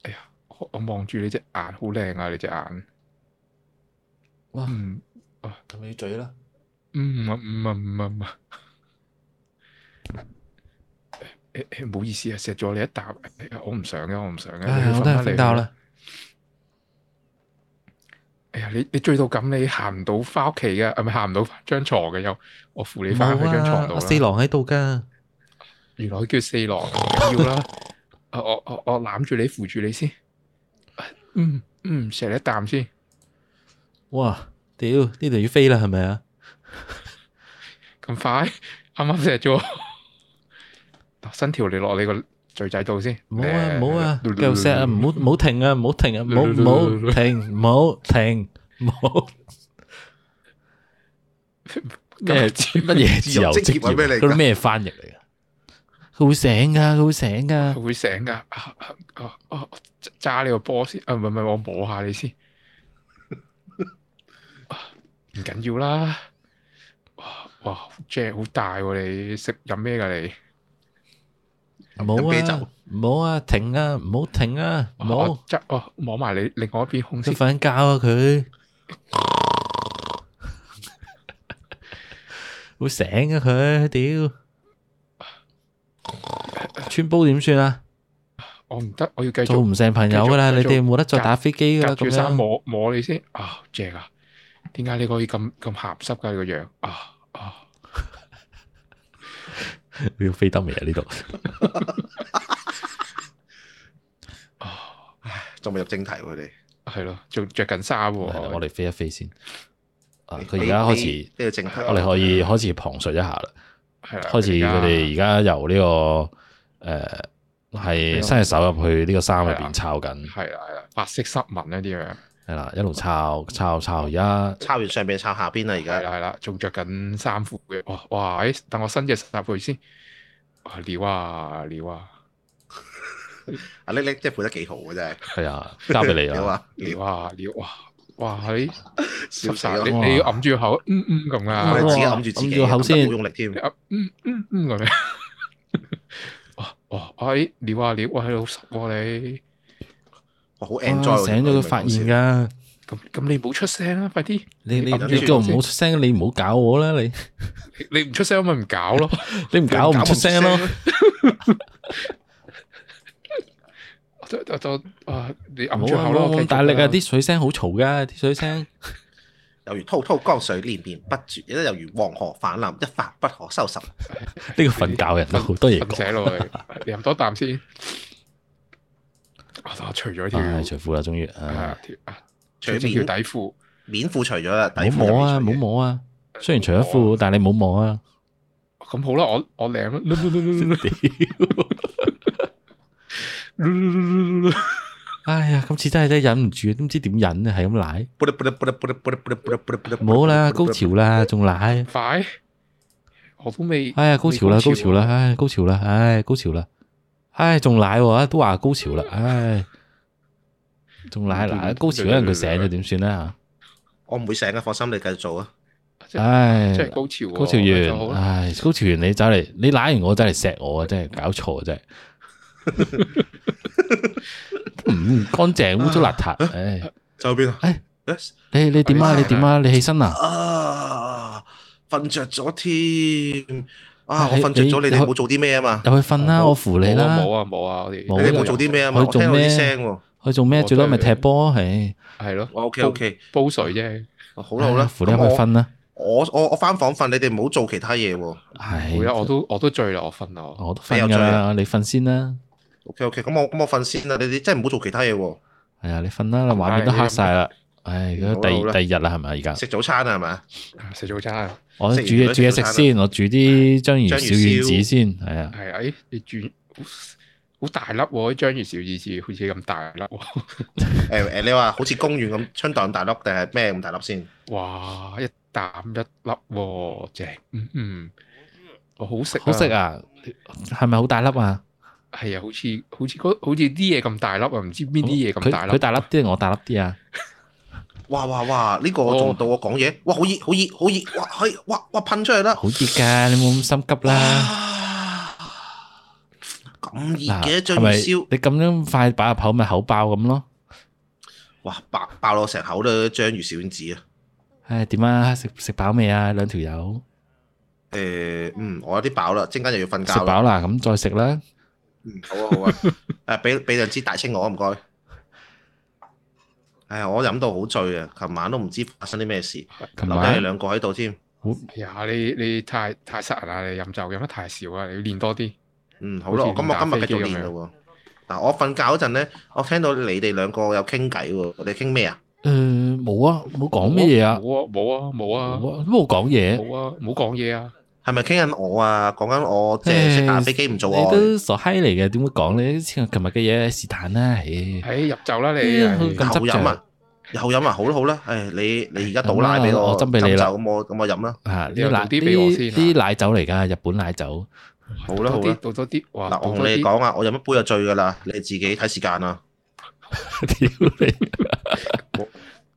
[SPEAKER 3] 哎呀，我我望住你隻眼好靚啊，你隻眼。
[SPEAKER 1] 哇
[SPEAKER 3] 嗯
[SPEAKER 1] 咁你嘴啦，
[SPEAKER 3] 嗯啊嗯啊嗯啊嗯啊。誒誒唔好意思啊，錫咗你一啖，哎呀我唔想嘅，我唔想嘅，
[SPEAKER 1] 唉，
[SPEAKER 3] 你
[SPEAKER 1] 我
[SPEAKER 3] 去
[SPEAKER 1] 都係
[SPEAKER 3] 瞓
[SPEAKER 1] 瞓
[SPEAKER 3] 啦你
[SPEAKER 1] 覺啦。。
[SPEAKER 3] 哎呀，你你醉到咁，你行唔到翻屋企嘅，啊係咪行唔到返張床嘅？又我扶你翻去張床度
[SPEAKER 1] 冇啊
[SPEAKER 3] 啦。
[SPEAKER 1] 四郎喺度噶，
[SPEAKER 3] 原來佢叫四郎，唔緊要啦。啊我我我攬住你，扶住你先。嗯嗯，錫你一啖先。
[SPEAKER 1] 哇！屌呢度要飛啦，係咪啊？
[SPEAKER 3] 咁快，啱啱錫咗我。伸條脷落你個嘴仔度先。
[SPEAKER 1] 唔好啊，
[SPEAKER 3] 誒
[SPEAKER 1] 唔好啊，繼續錫啊， 唔好唔好停啊，唔好停啊，唔好唔好停，唔好停，唔好 咩
[SPEAKER 3] 自
[SPEAKER 1] 乜嘢自由
[SPEAKER 2] 職
[SPEAKER 1] 職
[SPEAKER 2] 業係咩
[SPEAKER 1] 業？
[SPEAKER 2] 嚟㗎
[SPEAKER 1] 嗰啲咩翻譯嚟噶？佢會醒噶，佢會醒噶
[SPEAKER 3] 佢。會醒㗎。啊啊啊啊！我揸你個波先，啊唔係唔係，我摸下你先。 啊唔緊要啦。哇哇，好正好大喎！你食飲咩㗎你？
[SPEAKER 1] 唔好
[SPEAKER 2] 飲啤
[SPEAKER 1] 啊
[SPEAKER 2] 酒，
[SPEAKER 1] 唔好啊，停啊，唔好停啊，唔
[SPEAKER 3] 我
[SPEAKER 1] 好。
[SPEAKER 3] 揸哦，摸埋你另外一邊空
[SPEAKER 1] 佢瞓
[SPEAKER 3] 先。
[SPEAKER 1] 覺啊， 佢會醒啊，佢屌穿煲點算啊？
[SPEAKER 3] 我哦唔得，我要繼
[SPEAKER 1] 做
[SPEAKER 3] 續
[SPEAKER 1] 唔成朋友噶啦，
[SPEAKER 3] 繼
[SPEAKER 1] 你
[SPEAKER 3] 續
[SPEAKER 1] 哋冇得再打飛機噶啦，
[SPEAKER 3] 隔住
[SPEAKER 1] 咁
[SPEAKER 3] 衫
[SPEAKER 1] 樣
[SPEAKER 3] 摸摸你先。啊正啊！點解你可以咁咁鹹濕㗎？你個樣啊啊！
[SPEAKER 1] 要飛得未啊？呢度
[SPEAKER 2] 仲未入正題喎佢哋。
[SPEAKER 3] 啊係咯，仲着緊衫喎。
[SPEAKER 1] 係啦我哋飛一飛先。啊，佢而
[SPEAKER 2] 你
[SPEAKER 1] 家開
[SPEAKER 2] 你
[SPEAKER 1] 始，
[SPEAKER 2] 呢個正題，
[SPEAKER 1] 我哋可以
[SPEAKER 3] 啊
[SPEAKER 1] 開始旁述一下啦。
[SPEAKER 3] 係啦，
[SPEAKER 1] 開始佢哋而家由呢個
[SPEAKER 3] 呢
[SPEAKER 1] 誒係
[SPEAKER 3] 個
[SPEAKER 1] 伸隻手入去呢個衫入
[SPEAKER 3] 係啦啊
[SPEAKER 1] 邊抄緊，
[SPEAKER 3] 係啦係啦，白色濕紋呢啲樣。
[SPEAKER 1] 係啦，一路抄抄抄，而家
[SPEAKER 2] 抄完上邊抄下邊啦，而
[SPEAKER 3] 係
[SPEAKER 2] 家
[SPEAKER 1] 啊
[SPEAKER 3] 啦係啦，仲着緊衫褲嘅，哇哇！誒，等我伸隻手入去先，哇撩啊撩啊
[SPEAKER 2] 阿叻叻真係配得幾好嘅真係。
[SPEAKER 1] 係啊，交俾你
[SPEAKER 2] 你
[SPEAKER 1] 啦。
[SPEAKER 2] 話你
[SPEAKER 3] 撩啊撩，哇哇！ 喺
[SPEAKER 2] 笑死
[SPEAKER 3] 濕晒，
[SPEAKER 2] 我
[SPEAKER 3] 你
[SPEAKER 1] 哇
[SPEAKER 3] 你要揞住口，嗯嗯咁
[SPEAKER 2] 我哋
[SPEAKER 1] 哇
[SPEAKER 3] 啊，
[SPEAKER 2] 自己揞住自己，
[SPEAKER 1] 揞住口先
[SPEAKER 2] 好用力添
[SPEAKER 3] 你。揞嗯嗯嗯 咁樣，哇哇！誒撩啊撩，哇你好濕喎你，
[SPEAKER 2] 我好
[SPEAKER 1] 哇
[SPEAKER 2] enjoy 喎
[SPEAKER 1] 啊醒咗佢發現，㗎，
[SPEAKER 3] 咁咁你唔好出聲啦，快啲！
[SPEAKER 1] 你你
[SPEAKER 2] 你
[SPEAKER 1] 你叫我唔好
[SPEAKER 3] 先
[SPEAKER 1] 出聲，你唔好搞我啦，你
[SPEAKER 3] 你你唔出聲咪唔搞咯，
[SPEAKER 1] 你唔搞我唔出聲咯。
[SPEAKER 3] 就就就啊！你
[SPEAKER 1] 唔
[SPEAKER 3] 揞住
[SPEAKER 1] 好啊
[SPEAKER 3] 口
[SPEAKER 1] 唔好啊
[SPEAKER 3] 咯，繼續
[SPEAKER 1] 咁大力啊！
[SPEAKER 3] 啦
[SPEAKER 1] 啲水聲好嘈㗎，啲水聲。
[SPEAKER 2] 猶如滔滔江水連綿不絕，亦都猶如黃河泛濫，一發不可收 拾。
[SPEAKER 1] 呢個瞓覺人都好多嘢
[SPEAKER 3] 瞓
[SPEAKER 1] 講。
[SPEAKER 3] 醒落去，你飲多啖先。我我除咗條，
[SPEAKER 1] 唉，除褲啦，終於。唉
[SPEAKER 3] 啊條啊，除
[SPEAKER 2] 隨
[SPEAKER 3] 咗
[SPEAKER 2] 便
[SPEAKER 3] 條底褲，
[SPEAKER 2] 面褲除咗啦，底
[SPEAKER 1] 唔好
[SPEAKER 2] 褲
[SPEAKER 1] 摸啊，
[SPEAKER 2] 就
[SPEAKER 1] 唔好
[SPEAKER 2] 未除嘅。
[SPEAKER 1] 摸啊。雖然除咗褲，但係你唔好 摸啊。
[SPEAKER 3] 咁好啦，我我領啦，
[SPEAKER 1] 哎呀，今次真係真係忍唔住，都唔知點忍啊，係咁舐。
[SPEAKER 2] 噗哩噗哩噗哩噗哩噗哩噗哩噗哩噗哩
[SPEAKER 1] 冇啦，高潮啦，仲奶。
[SPEAKER 3] 快！我都未，
[SPEAKER 1] 哎呀，高潮啦，
[SPEAKER 3] 未
[SPEAKER 1] 高潮啦，，唉，高潮啦，唉，高潮啦，唉，仲奶喎，啊都話高潮 啦，唉，仲奶
[SPEAKER 3] 啊
[SPEAKER 1] 嗱，高潮嗰陣佢醒咗點算啊咧
[SPEAKER 2] 我唔會醒嘅，放心，你繼續做啊。
[SPEAKER 3] 即
[SPEAKER 1] 嚇？
[SPEAKER 3] 係
[SPEAKER 1] 唉
[SPEAKER 3] 即，係高潮喎，
[SPEAKER 1] 哎高潮
[SPEAKER 3] 就好
[SPEAKER 1] 完，
[SPEAKER 3] 啦
[SPEAKER 1] 唉，高潮完你走嚟，你奶完我走嚟錫我啊，真係搞錯啊，真係。唔乾淨，污糟邋 遢，唉，
[SPEAKER 2] 走去邊啊？
[SPEAKER 1] 哎
[SPEAKER 2] 誒
[SPEAKER 1] 你你點啊？你點啊？你起身啊？
[SPEAKER 2] 啊，瞓着咗添。啊，我
[SPEAKER 1] 你
[SPEAKER 2] 瞓着咗，
[SPEAKER 1] 你
[SPEAKER 2] 你哋冇做啲咩啊嘛？
[SPEAKER 1] 入去瞓啦，我扶你啦。
[SPEAKER 3] 冇啊冇啊，我哋
[SPEAKER 1] 冇
[SPEAKER 2] 你
[SPEAKER 1] 啊
[SPEAKER 2] 哋冇做啲咩啊嘛？
[SPEAKER 1] 佢
[SPEAKER 2] 我
[SPEAKER 1] 做
[SPEAKER 2] 聽到
[SPEAKER 1] 咩
[SPEAKER 2] 啲聲喎。
[SPEAKER 1] 去做咩？
[SPEAKER 3] 我
[SPEAKER 1] 最多咪
[SPEAKER 3] 都係
[SPEAKER 1] 踢波，唉，
[SPEAKER 3] 係咯，
[SPEAKER 2] 我 OK OK，
[SPEAKER 3] 煲水啫，
[SPEAKER 2] 好啦好啦，
[SPEAKER 1] 哎扶你入去
[SPEAKER 2] 咁我
[SPEAKER 1] 瞓啦。
[SPEAKER 2] 我我我翻房瞓，你哋唔好做其他嘢喎。
[SPEAKER 1] 唉，
[SPEAKER 3] 會啊啦，我都我都醉啦，我瞓啦，我
[SPEAKER 1] 我都瞓噶啦，你瞓先啦。
[SPEAKER 2] OK OK，咁我咁我瞓先啦。你哋真係唔好做其他嘢喎。
[SPEAKER 1] 係啊，你瞓啦，畫面都黑晒啦。唉，
[SPEAKER 2] 好啦
[SPEAKER 1] 咁第
[SPEAKER 2] 好
[SPEAKER 1] 二
[SPEAKER 2] 啦
[SPEAKER 1] 第二日啦，係咪而家？
[SPEAKER 2] 食早餐啊，係咪？
[SPEAKER 3] 食早餐，啊
[SPEAKER 1] 我煮
[SPEAKER 2] 食完
[SPEAKER 1] 嘢
[SPEAKER 2] 咗
[SPEAKER 1] 煮嘢食
[SPEAKER 2] 早餐啦
[SPEAKER 1] 先，我煮啲章魚
[SPEAKER 2] 章魚
[SPEAKER 1] 小丸子
[SPEAKER 2] 燒
[SPEAKER 1] 先。係啊，
[SPEAKER 3] 係啊，誒你轉好好大粒喎，章魚小意思好似咁大粒喎。
[SPEAKER 2] 誒誒，你話好似公園咁春袋咁大粒定係咩咁大粒先？
[SPEAKER 3] 哇！一啖一粒喎、正，嗯嗯，我好食、
[SPEAKER 1] 好食！啊！係咪好大粒啊？
[SPEAKER 3] 係啊，好似好似嗰好似啲嘢咁大粒啊，唔知邊啲嘢咁大粒。
[SPEAKER 1] 佢佢大粒啲定我大粒啲啊？
[SPEAKER 2] 哇哇哇！呢個我仲到我講嘢，哇好熱好熱好熱，哇係哇哇噴出嚟啦！
[SPEAKER 1] 好熱㗎，你冇咁心急
[SPEAKER 2] À,
[SPEAKER 1] 啦。
[SPEAKER 2] 哇咁
[SPEAKER 1] 嗱，
[SPEAKER 2] 熱嘅章
[SPEAKER 1] 係
[SPEAKER 2] 魚
[SPEAKER 1] 咪
[SPEAKER 2] 燒，
[SPEAKER 1] 你咁樣快擺入口咪口爆咁咯？
[SPEAKER 2] 哇爆爆落成口都章魚小丸子啊！
[SPEAKER 1] 唉，點啊？食食飽未啊？兩條友
[SPEAKER 2] 誒嗯，我有啲飽啦，陣間又要瞓
[SPEAKER 1] 食
[SPEAKER 2] 覺啦。
[SPEAKER 1] 飽啦，咁再食啦。
[SPEAKER 2] 嗯，好啊好啊，誒俾俾兩支大青我啊唔該。誒我飲到好醉啊，琴晚都唔知發生啲咩事，
[SPEAKER 1] 琴
[SPEAKER 2] 留低你
[SPEAKER 1] 晚
[SPEAKER 2] 兩個喺度添。
[SPEAKER 3] 係啊，你你太太殺人啦！你飲酒飲得太少啊啦，你要練多啲。
[SPEAKER 2] 嗯，好啦，
[SPEAKER 3] 好似
[SPEAKER 2] 咁我今日繼續
[SPEAKER 3] 打飛機咁
[SPEAKER 2] 練
[SPEAKER 3] 樣
[SPEAKER 2] 咯喎。嗱，我瞓覺嗰陣咧，我聽到你哋兩個有傾偈喎，你傾咩啊？
[SPEAKER 1] 誒冇啊，冇講咩嘢啊，
[SPEAKER 3] 冇啊冇啊冇啊
[SPEAKER 1] 冇啊都冇講嘢。
[SPEAKER 3] 冇啊！唔好講嘢啊！
[SPEAKER 2] 係咪傾緊我啊？講緊我即係識打飛機唔做
[SPEAKER 1] 你
[SPEAKER 2] 愛。
[SPEAKER 1] 都傻閪嚟嘅，點會講咧？前琴日嘅嘢是但啦，唉，
[SPEAKER 3] 唉，入酒啦你！
[SPEAKER 1] 哎呀好
[SPEAKER 3] 唉
[SPEAKER 1] 咁
[SPEAKER 2] 牛飲啊！有飲啊，好啦好啦，誒你你而家倒奶俾
[SPEAKER 1] 咁啦
[SPEAKER 2] 我，
[SPEAKER 1] 我斟俾你啦
[SPEAKER 2] 斟酒咁我咁我飲啦，
[SPEAKER 1] 啊！
[SPEAKER 3] 你又
[SPEAKER 1] 啲
[SPEAKER 3] 倒
[SPEAKER 1] 奶
[SPEAKER 3] 啲俾我
[SPEAKER 1] 啲
[SPEAKER 3] 先啊
[SPEAKER 1] 啲奶酒嚟㗎，日本奶 酒。
[SPEAKER 2] 好
[SPEAKER 3] 倒
[SPEAKER 2] 啦好
[SPEAKER 3] 多啲
[SPEAKER 2] 啦，
[SPEAKER 3] 倒多啲，哇！
[SPEAKER 2] 嗱
[SPEAKER 3] 倒
[SPEAKER 2] 我
[SPEAKER 3] 多
[SPEAKER 2] 同你
[SPEAKER 3] 啲，
[SPEAKER 2] 講啊，我飲一杯就醉噶啦，你自己睇時間啦。
[SPEAKER 1] 屌你！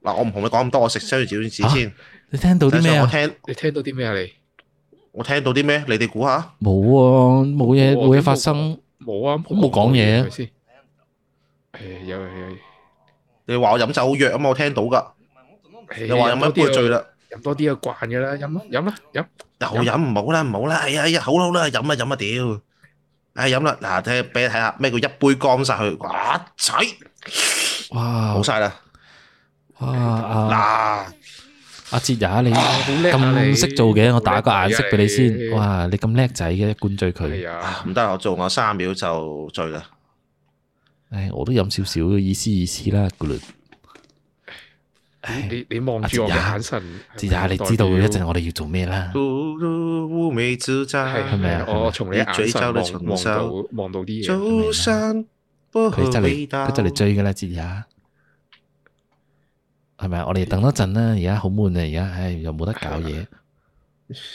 [SPEAKER 2] 嗱我唔同你講咁多，我食雙魚小丸子先。
[SPEAKER 1] 你聽到啲咩
[SPEAKER 2] 我
[SPEAKER 1] 啊？
[SPEAKER 2] 聽
[SPEAKER 3] 你聽到啲咩啊？你
[SPEAKER 2] 我聽到啲咩？你哋估下，
[SPEAKER 1] 冇啊，冇嘢
[SPEAKER 3] 冇
[SPEAKER 1] 冇嘢
[SPEAKER 3] 啊邊個
[SPEAKER 1] 發生。
[SPEAKER 3] 冇啊，
[SPEAKER 1] 我冇講嘢啊
[SPEAKER 3] 係咪先？誒有有有，
[SPEAKER 2] 你話我飲酒好弱啊嘛，我聽到噶。你話飲一杯醉
[SPEAKER 3] 啦，
[SPEAKER 2] 啦，
[SPEAKER 3] 飲多啲就慣嘅啦，飲啦飲啦飲。
[SPEAKER 2] 又飲唔好啦唔好啦，哎呀哎呀好啦好啦，飲啦飲啦屌，哎飲啦嗱睇俾你睇下咩叫一杯乾晒佢，哇仔
[SPEAKER 1] 哇！
[SPEAKER 2] 冇晒啦
[SPEAKER 1] 哇！阿
[SPEAKER 2] 嗱。
[SPEAKER 1] 阿哲也你
[SPEAKER 3] 啊好叻啊你！
[SPEAKER 1] 咁識做嘅，我打個眼色俾你
[SPEAKER 3] 好叻
[SPEAKER 1] 先。
[SPEAKER 3] 啊！
[SPEAKER 1] 哇！你咁叻仔嘅，灌醉佢。
[SPEAKER 3] 係啊
[SPEAKER 2] 啊，唔得啦，我做我三秒就醉啦。
[SPEAKER 1] 唉，我都飲少少，意思意思啦，咕嚕。唉
[SPEAKER 3] 你你你望住我嘅眼神，
[SPEAKER 1] 哲也，你知道一陣我哋要做咩啦？
[SPEAKER 2] 嘟嘟烏梅子
[SPEAKER 3] 係
[SPEAKER 1] 係
[SPEAKER 2] 醬，
[SPEAKER 1] 咪
[SPEAKER 3] 咪
[SPEAKER 1] 啊
[SPEAKER 3] 啊？我從你眼
[SPEAKER 2] 嘴
[SPEAKER 3] 神
[SPEAKER 2] 周
[SPEAKER 3] 望
[SPEAKER 2] 你重
[SPEAKER 3] 望到
[SPEAKER 2] 手
[SPEAKER 3] 望到啲嘢，
[SPEAKER 2] 早上不
[SPEAKER 1] 佢就
[SPEAKER 2] 味
[SPEAKER 1] 嚟，
[SPEAKER 2] 道
[SPEAKER 1] 佢就嚟追噶啦，哲也。係咪啊？我哋等多陣啦，而家好悶啊！而家唉，又冇得搞嘢。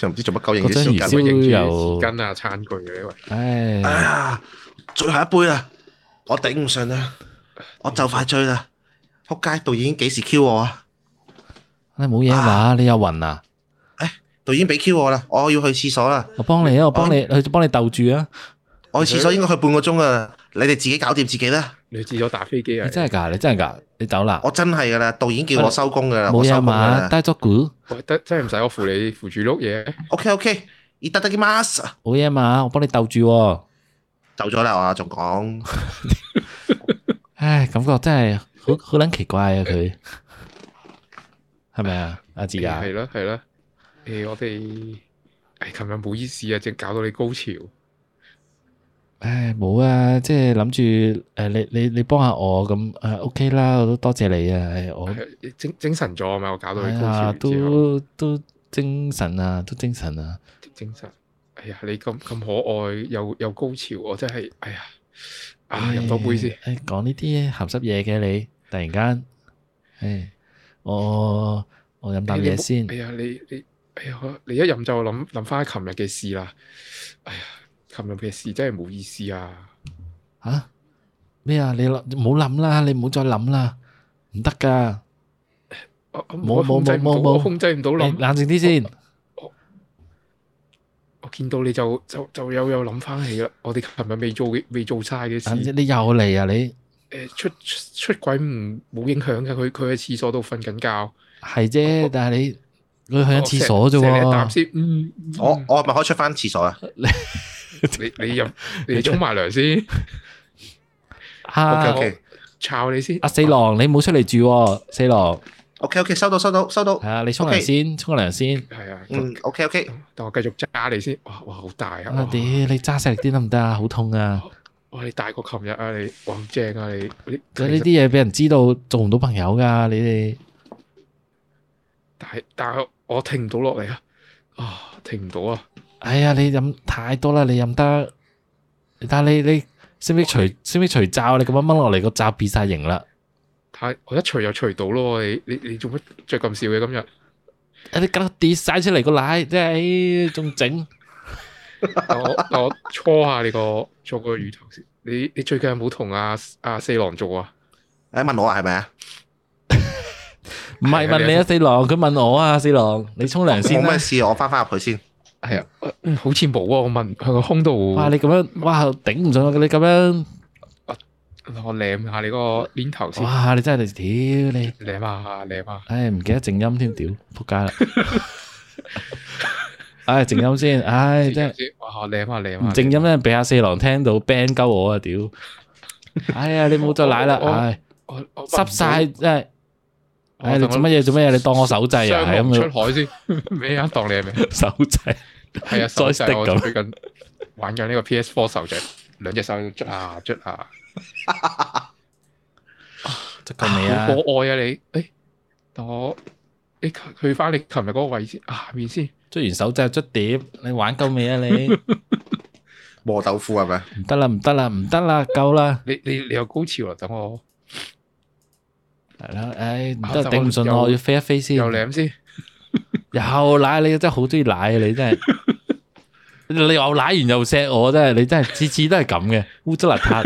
[SPEAKER 2] 又唔知做乜鳩嘢
[SPEAKER 1] 嗰張
[SPEAKER 2] 啲
[SPEAKER 1] 魚
[SPEAKER 2] 小
[SPEAKER 1] 燒
[SPEAKER 2] 雞。
[SPEAKER 3] 我影住
[SPEAKER 1] 又
[SPEAKER 3] 啲匙羹啊、餐具嘅，因為
[SPEAKER 2] 哎
[SPEAKER 1] 唉，
[SPEAKER 2] 呀，最後一杯啦，我頂唔順啦，我就快醉啦。仆街，導演幾時 Q 我啊？
[SPEAKER 1] 你冇嘢嘛？你又暈啊？
[SPEAKER 2] 導演俾 Q 我啦，我要去廁所啦。
[SPEAKER 1] 我幫你啊，我幫你，去幫你鬥住啊！
[SPEAKER 2] 我去廁所應該去半個鐘啊，你哋自己搞掂自己啦。
[SPEAKER 3] 你至咗打飛機啊
[SPEAKER 1] 你，真係㗎，你真係㗎，你走啦，
[SPEAKER 2] 我真係噶啦，導演叫我收工噶啦，
[SPEAKER 1] 冇
[SPEAKER 2] 我收
[SPEAKER 1] 嘢
[SPEAKER 2] 工噶
[SPEAKER 1] 嘛？
[SPEAKER 2] 啦。
[SPEAKER 1] 低咗股，
[SPEAKER 3] 喂得真係唔使我扶你扶住碌嘢，
[SPEAKER 2] OK OK，いただきます。
[SPEAKER 1] 冇嘢嘛？我幫你鬥住喎。
[SPEAKER 2] 走咗啦，我啊仲講。
[SPEAKER 1] 唉，感覺真係好好撚奇怪啊！佢係咪啊？阿志啊，
[SPEAKER 3] 係啦係啦，誒我哋誒琴日冇意思啊，正搞到你高潮，
[SPEAKER 1] 唉，冇啊，即係諗住誒，你你你幫下我咁誒，OK 啦，我都多謝你啊，唉我
[SPEAKER 3] 係精精神咗啊嘛，我搞到
[SPEAKER 1] 係
[SPEAKER 3] 你高潮
[SPEAKER 1] 啊，
[SPEAKER 3] 完之後
[SPEAKER 1] 都都精神啊，都精神啊，
[SPEAKER 3] 精神，哎呀你咁咁可愛又又高潮，我真係哎呀啊飲多杯先，
[SPEAKER 1] 唉。誒，哎講呢啲鹹濕嘢嘅你，突然間，唉，我我飲啖嘢先
[SPEAKER 3] 哎。呀你你哎呀我你一飲就諗諗翻琴日嘅事啦，哎呀琴日嘅事真係冇意思啊！
[SPEAKER 1] 吓咩啊？你諗唔好諗啦，你唔好再諗啦，唔得噶。
[SPEAKER 3] 我我
[SPEAKER 1] 冇
[SPEAKER 3] 我控制
[SPEAKER 1] 冇
[SPEAKER 3] 唔
[SPEAKER 1] 冇
[SPEAKER 3] 到
[SPEAKER 1] 冇
[SPEAKER 3] 我控制唔到
[SPEAKER 1] 你
[SPEAKER 3] 諗，
[SPEAKER 1] 冷靜啲先。
[SPEAKER 3] 我見到你就就就有有諗翻起啦。我哋琴日未做嘅未做晒嘅
[SPEAKER 1] 冷靜
[SPEAKER 3] 事，
[SPEAKER 1] 你又嚟啊！你
[SPEAKER 3] 誒呃出出出軌唔冇影響嘅。佢佢喺廁所度瞓緊覺，哦
[SPEAKER 1] 係啫，但係你佢去緊
[SPEAKER 3] 我
[SPEAKER 1] 廁所啫
[SPEAKER 3] 錫你一啖
[SPEAKER 1] 喎。哦
[SPEAKER 3] 先，嗯，嗯
[SPEAKER 2] 我我係咪可以出翻廁所啊？
[SPEAKER 3] 你你入 你沖埋涼先，
[SPEAKER 1] 啊
[SPEAKER 2] OK，OK
[SPEAKER 3] 摷你先。
[SPEAKER 1] 阿四郎，你唔好出嚟住喎，四郎。
[SPEAKER 2] OK OK，收到收到收到
[SPEAKER 1] 係。啊，你沖涼
[SPEAKER 2] OK
[SPEAKER 1] 先，沖個涼先。
[SPEAKER 3] 係啊，
[SPEAKER 2] 嗯，OK Ừ, OK，
[SPEAKER 3] 但我繼續揸你先。哇哇，好大啊！
[SPEAKER 1] 啊
[SPEAKER 3] 哇
[SPEAKER 1] 屌，你揸實力啲得唔得啊？好痛啊！
[SPEAKER 3] 哇，你大過琴日啊！你哇，好正啊！你你
[SPEAKER 1] 呢啲嘢俾人知道，做唔到朋友噶。你哋
[SPEAKER 3] 但係但係我停唔到落嚟啊！啊，停唔到啊！
[SPEAKER 1] 哎呀，你飲太多啦，你飲得。但係你你識唔識除識唔識除罩？你咁樣掹落嚟個罩變晒形啦。
[SPEAKER 3] 太我一除就除到咯，你你你做乜着咁少嘅今日？
[SPEAKER 1] 啊！你搞到跌晒出嚟個奶，即係哎啊仲整
[SPEAKER 3] 我我搓下你個搓個乳頭先。你你最近有冇同阿阿四郎做啊？
[SPEAKER 2] 誒問我啊係咪啊？
[SPEAKER 1] 唔係問你啊，四郎，佢問我啊，四郎，你沖涼先
[SPEAKER 2] 冇
[SPEAKER 1] 啦
[SPEAKER 2] 咩。事，我翻翻入去先。
[SPEAKER 3] 係啊，好似冇啊！我問喺個胸度，
[SPEAKER 1] 哇！你咁樣，哇頂唔順啊！你咁樣，
[SPEAKER 3] 我舐下你個鏈頭先，
[SPEAKER 1] 哇！你真係屌你，
[SPEAKER 3] 舐下舐下。
[SPEAKER 1] 唉唔記得靜音添，屌仆街啦！ 唉靜音先，唉真係
[SPEAKER 3] 哇！舐下舐
[SPEAKER 1] 唔
[SPEAKER 3] 下，
[SPEAKER 1] 靜音咧，俾阿四郎聽到 ban 鳩我啊 屌！哎呀你冇再奶啦，唉
[SPEAKER 3] 我我
[SPEAKER 1] 濕晒真係，
[SPEAKER 3] 我
[SPEAKER 1] 唉你做乜嘢做乜嘢？你當我手掣啊？係
[SPEAKER 3] 雙龍
[SPEAKER 1] 咁
[SPEAKER 3] 出海先， 咩啊？當你係咩？
[SPEAKER 1] 樣 手掣。
[SPEAKER 3] 係啊，手
[SPEAKER 1] 再
[SPEAKER 3] 掣
[SPEAKER 1] stick
[SPEAKER 3] 我
[SPEAKER 1] 咁
[SPEAKER 3] 最近玩緊呢個 PS4 手掣，兩隻手捽下捽下。
[SPEAKER 1] 即係未 啊
[SPEAKER 3] 好？可愛啊你，誒，等我，誒，去翻你琴日嗰個位先，啊下面先，
[SPEAKER 1] 捽完手掣捽碟，你玩夠未啊你？
[SPEAKER 2] 磨豆腐係咪？
[SPEAKER 1] 唔得啦，唔得啦，唔得啦，夠啦！
[SPEAKER 3] 你你你有高潮啦，等我，
[SPEAKER 1] 係啦，唉，唔
[SPEAKER 3] 啊
[SPEAKER 1] 得
[SPEAKER 3] 就
[SPEAKER 1] 頂唔順
[SPEAKER 3] 又
[SPEAKER 1] 我，我要飛一飛先。
[SPEAKER 3] 又舐先，
[SPEAKER 1] 又奶你，真係好中意奶你， 真係。你又奶完又錫我，真係你真係次次都係咁嘅，污糟邋遢，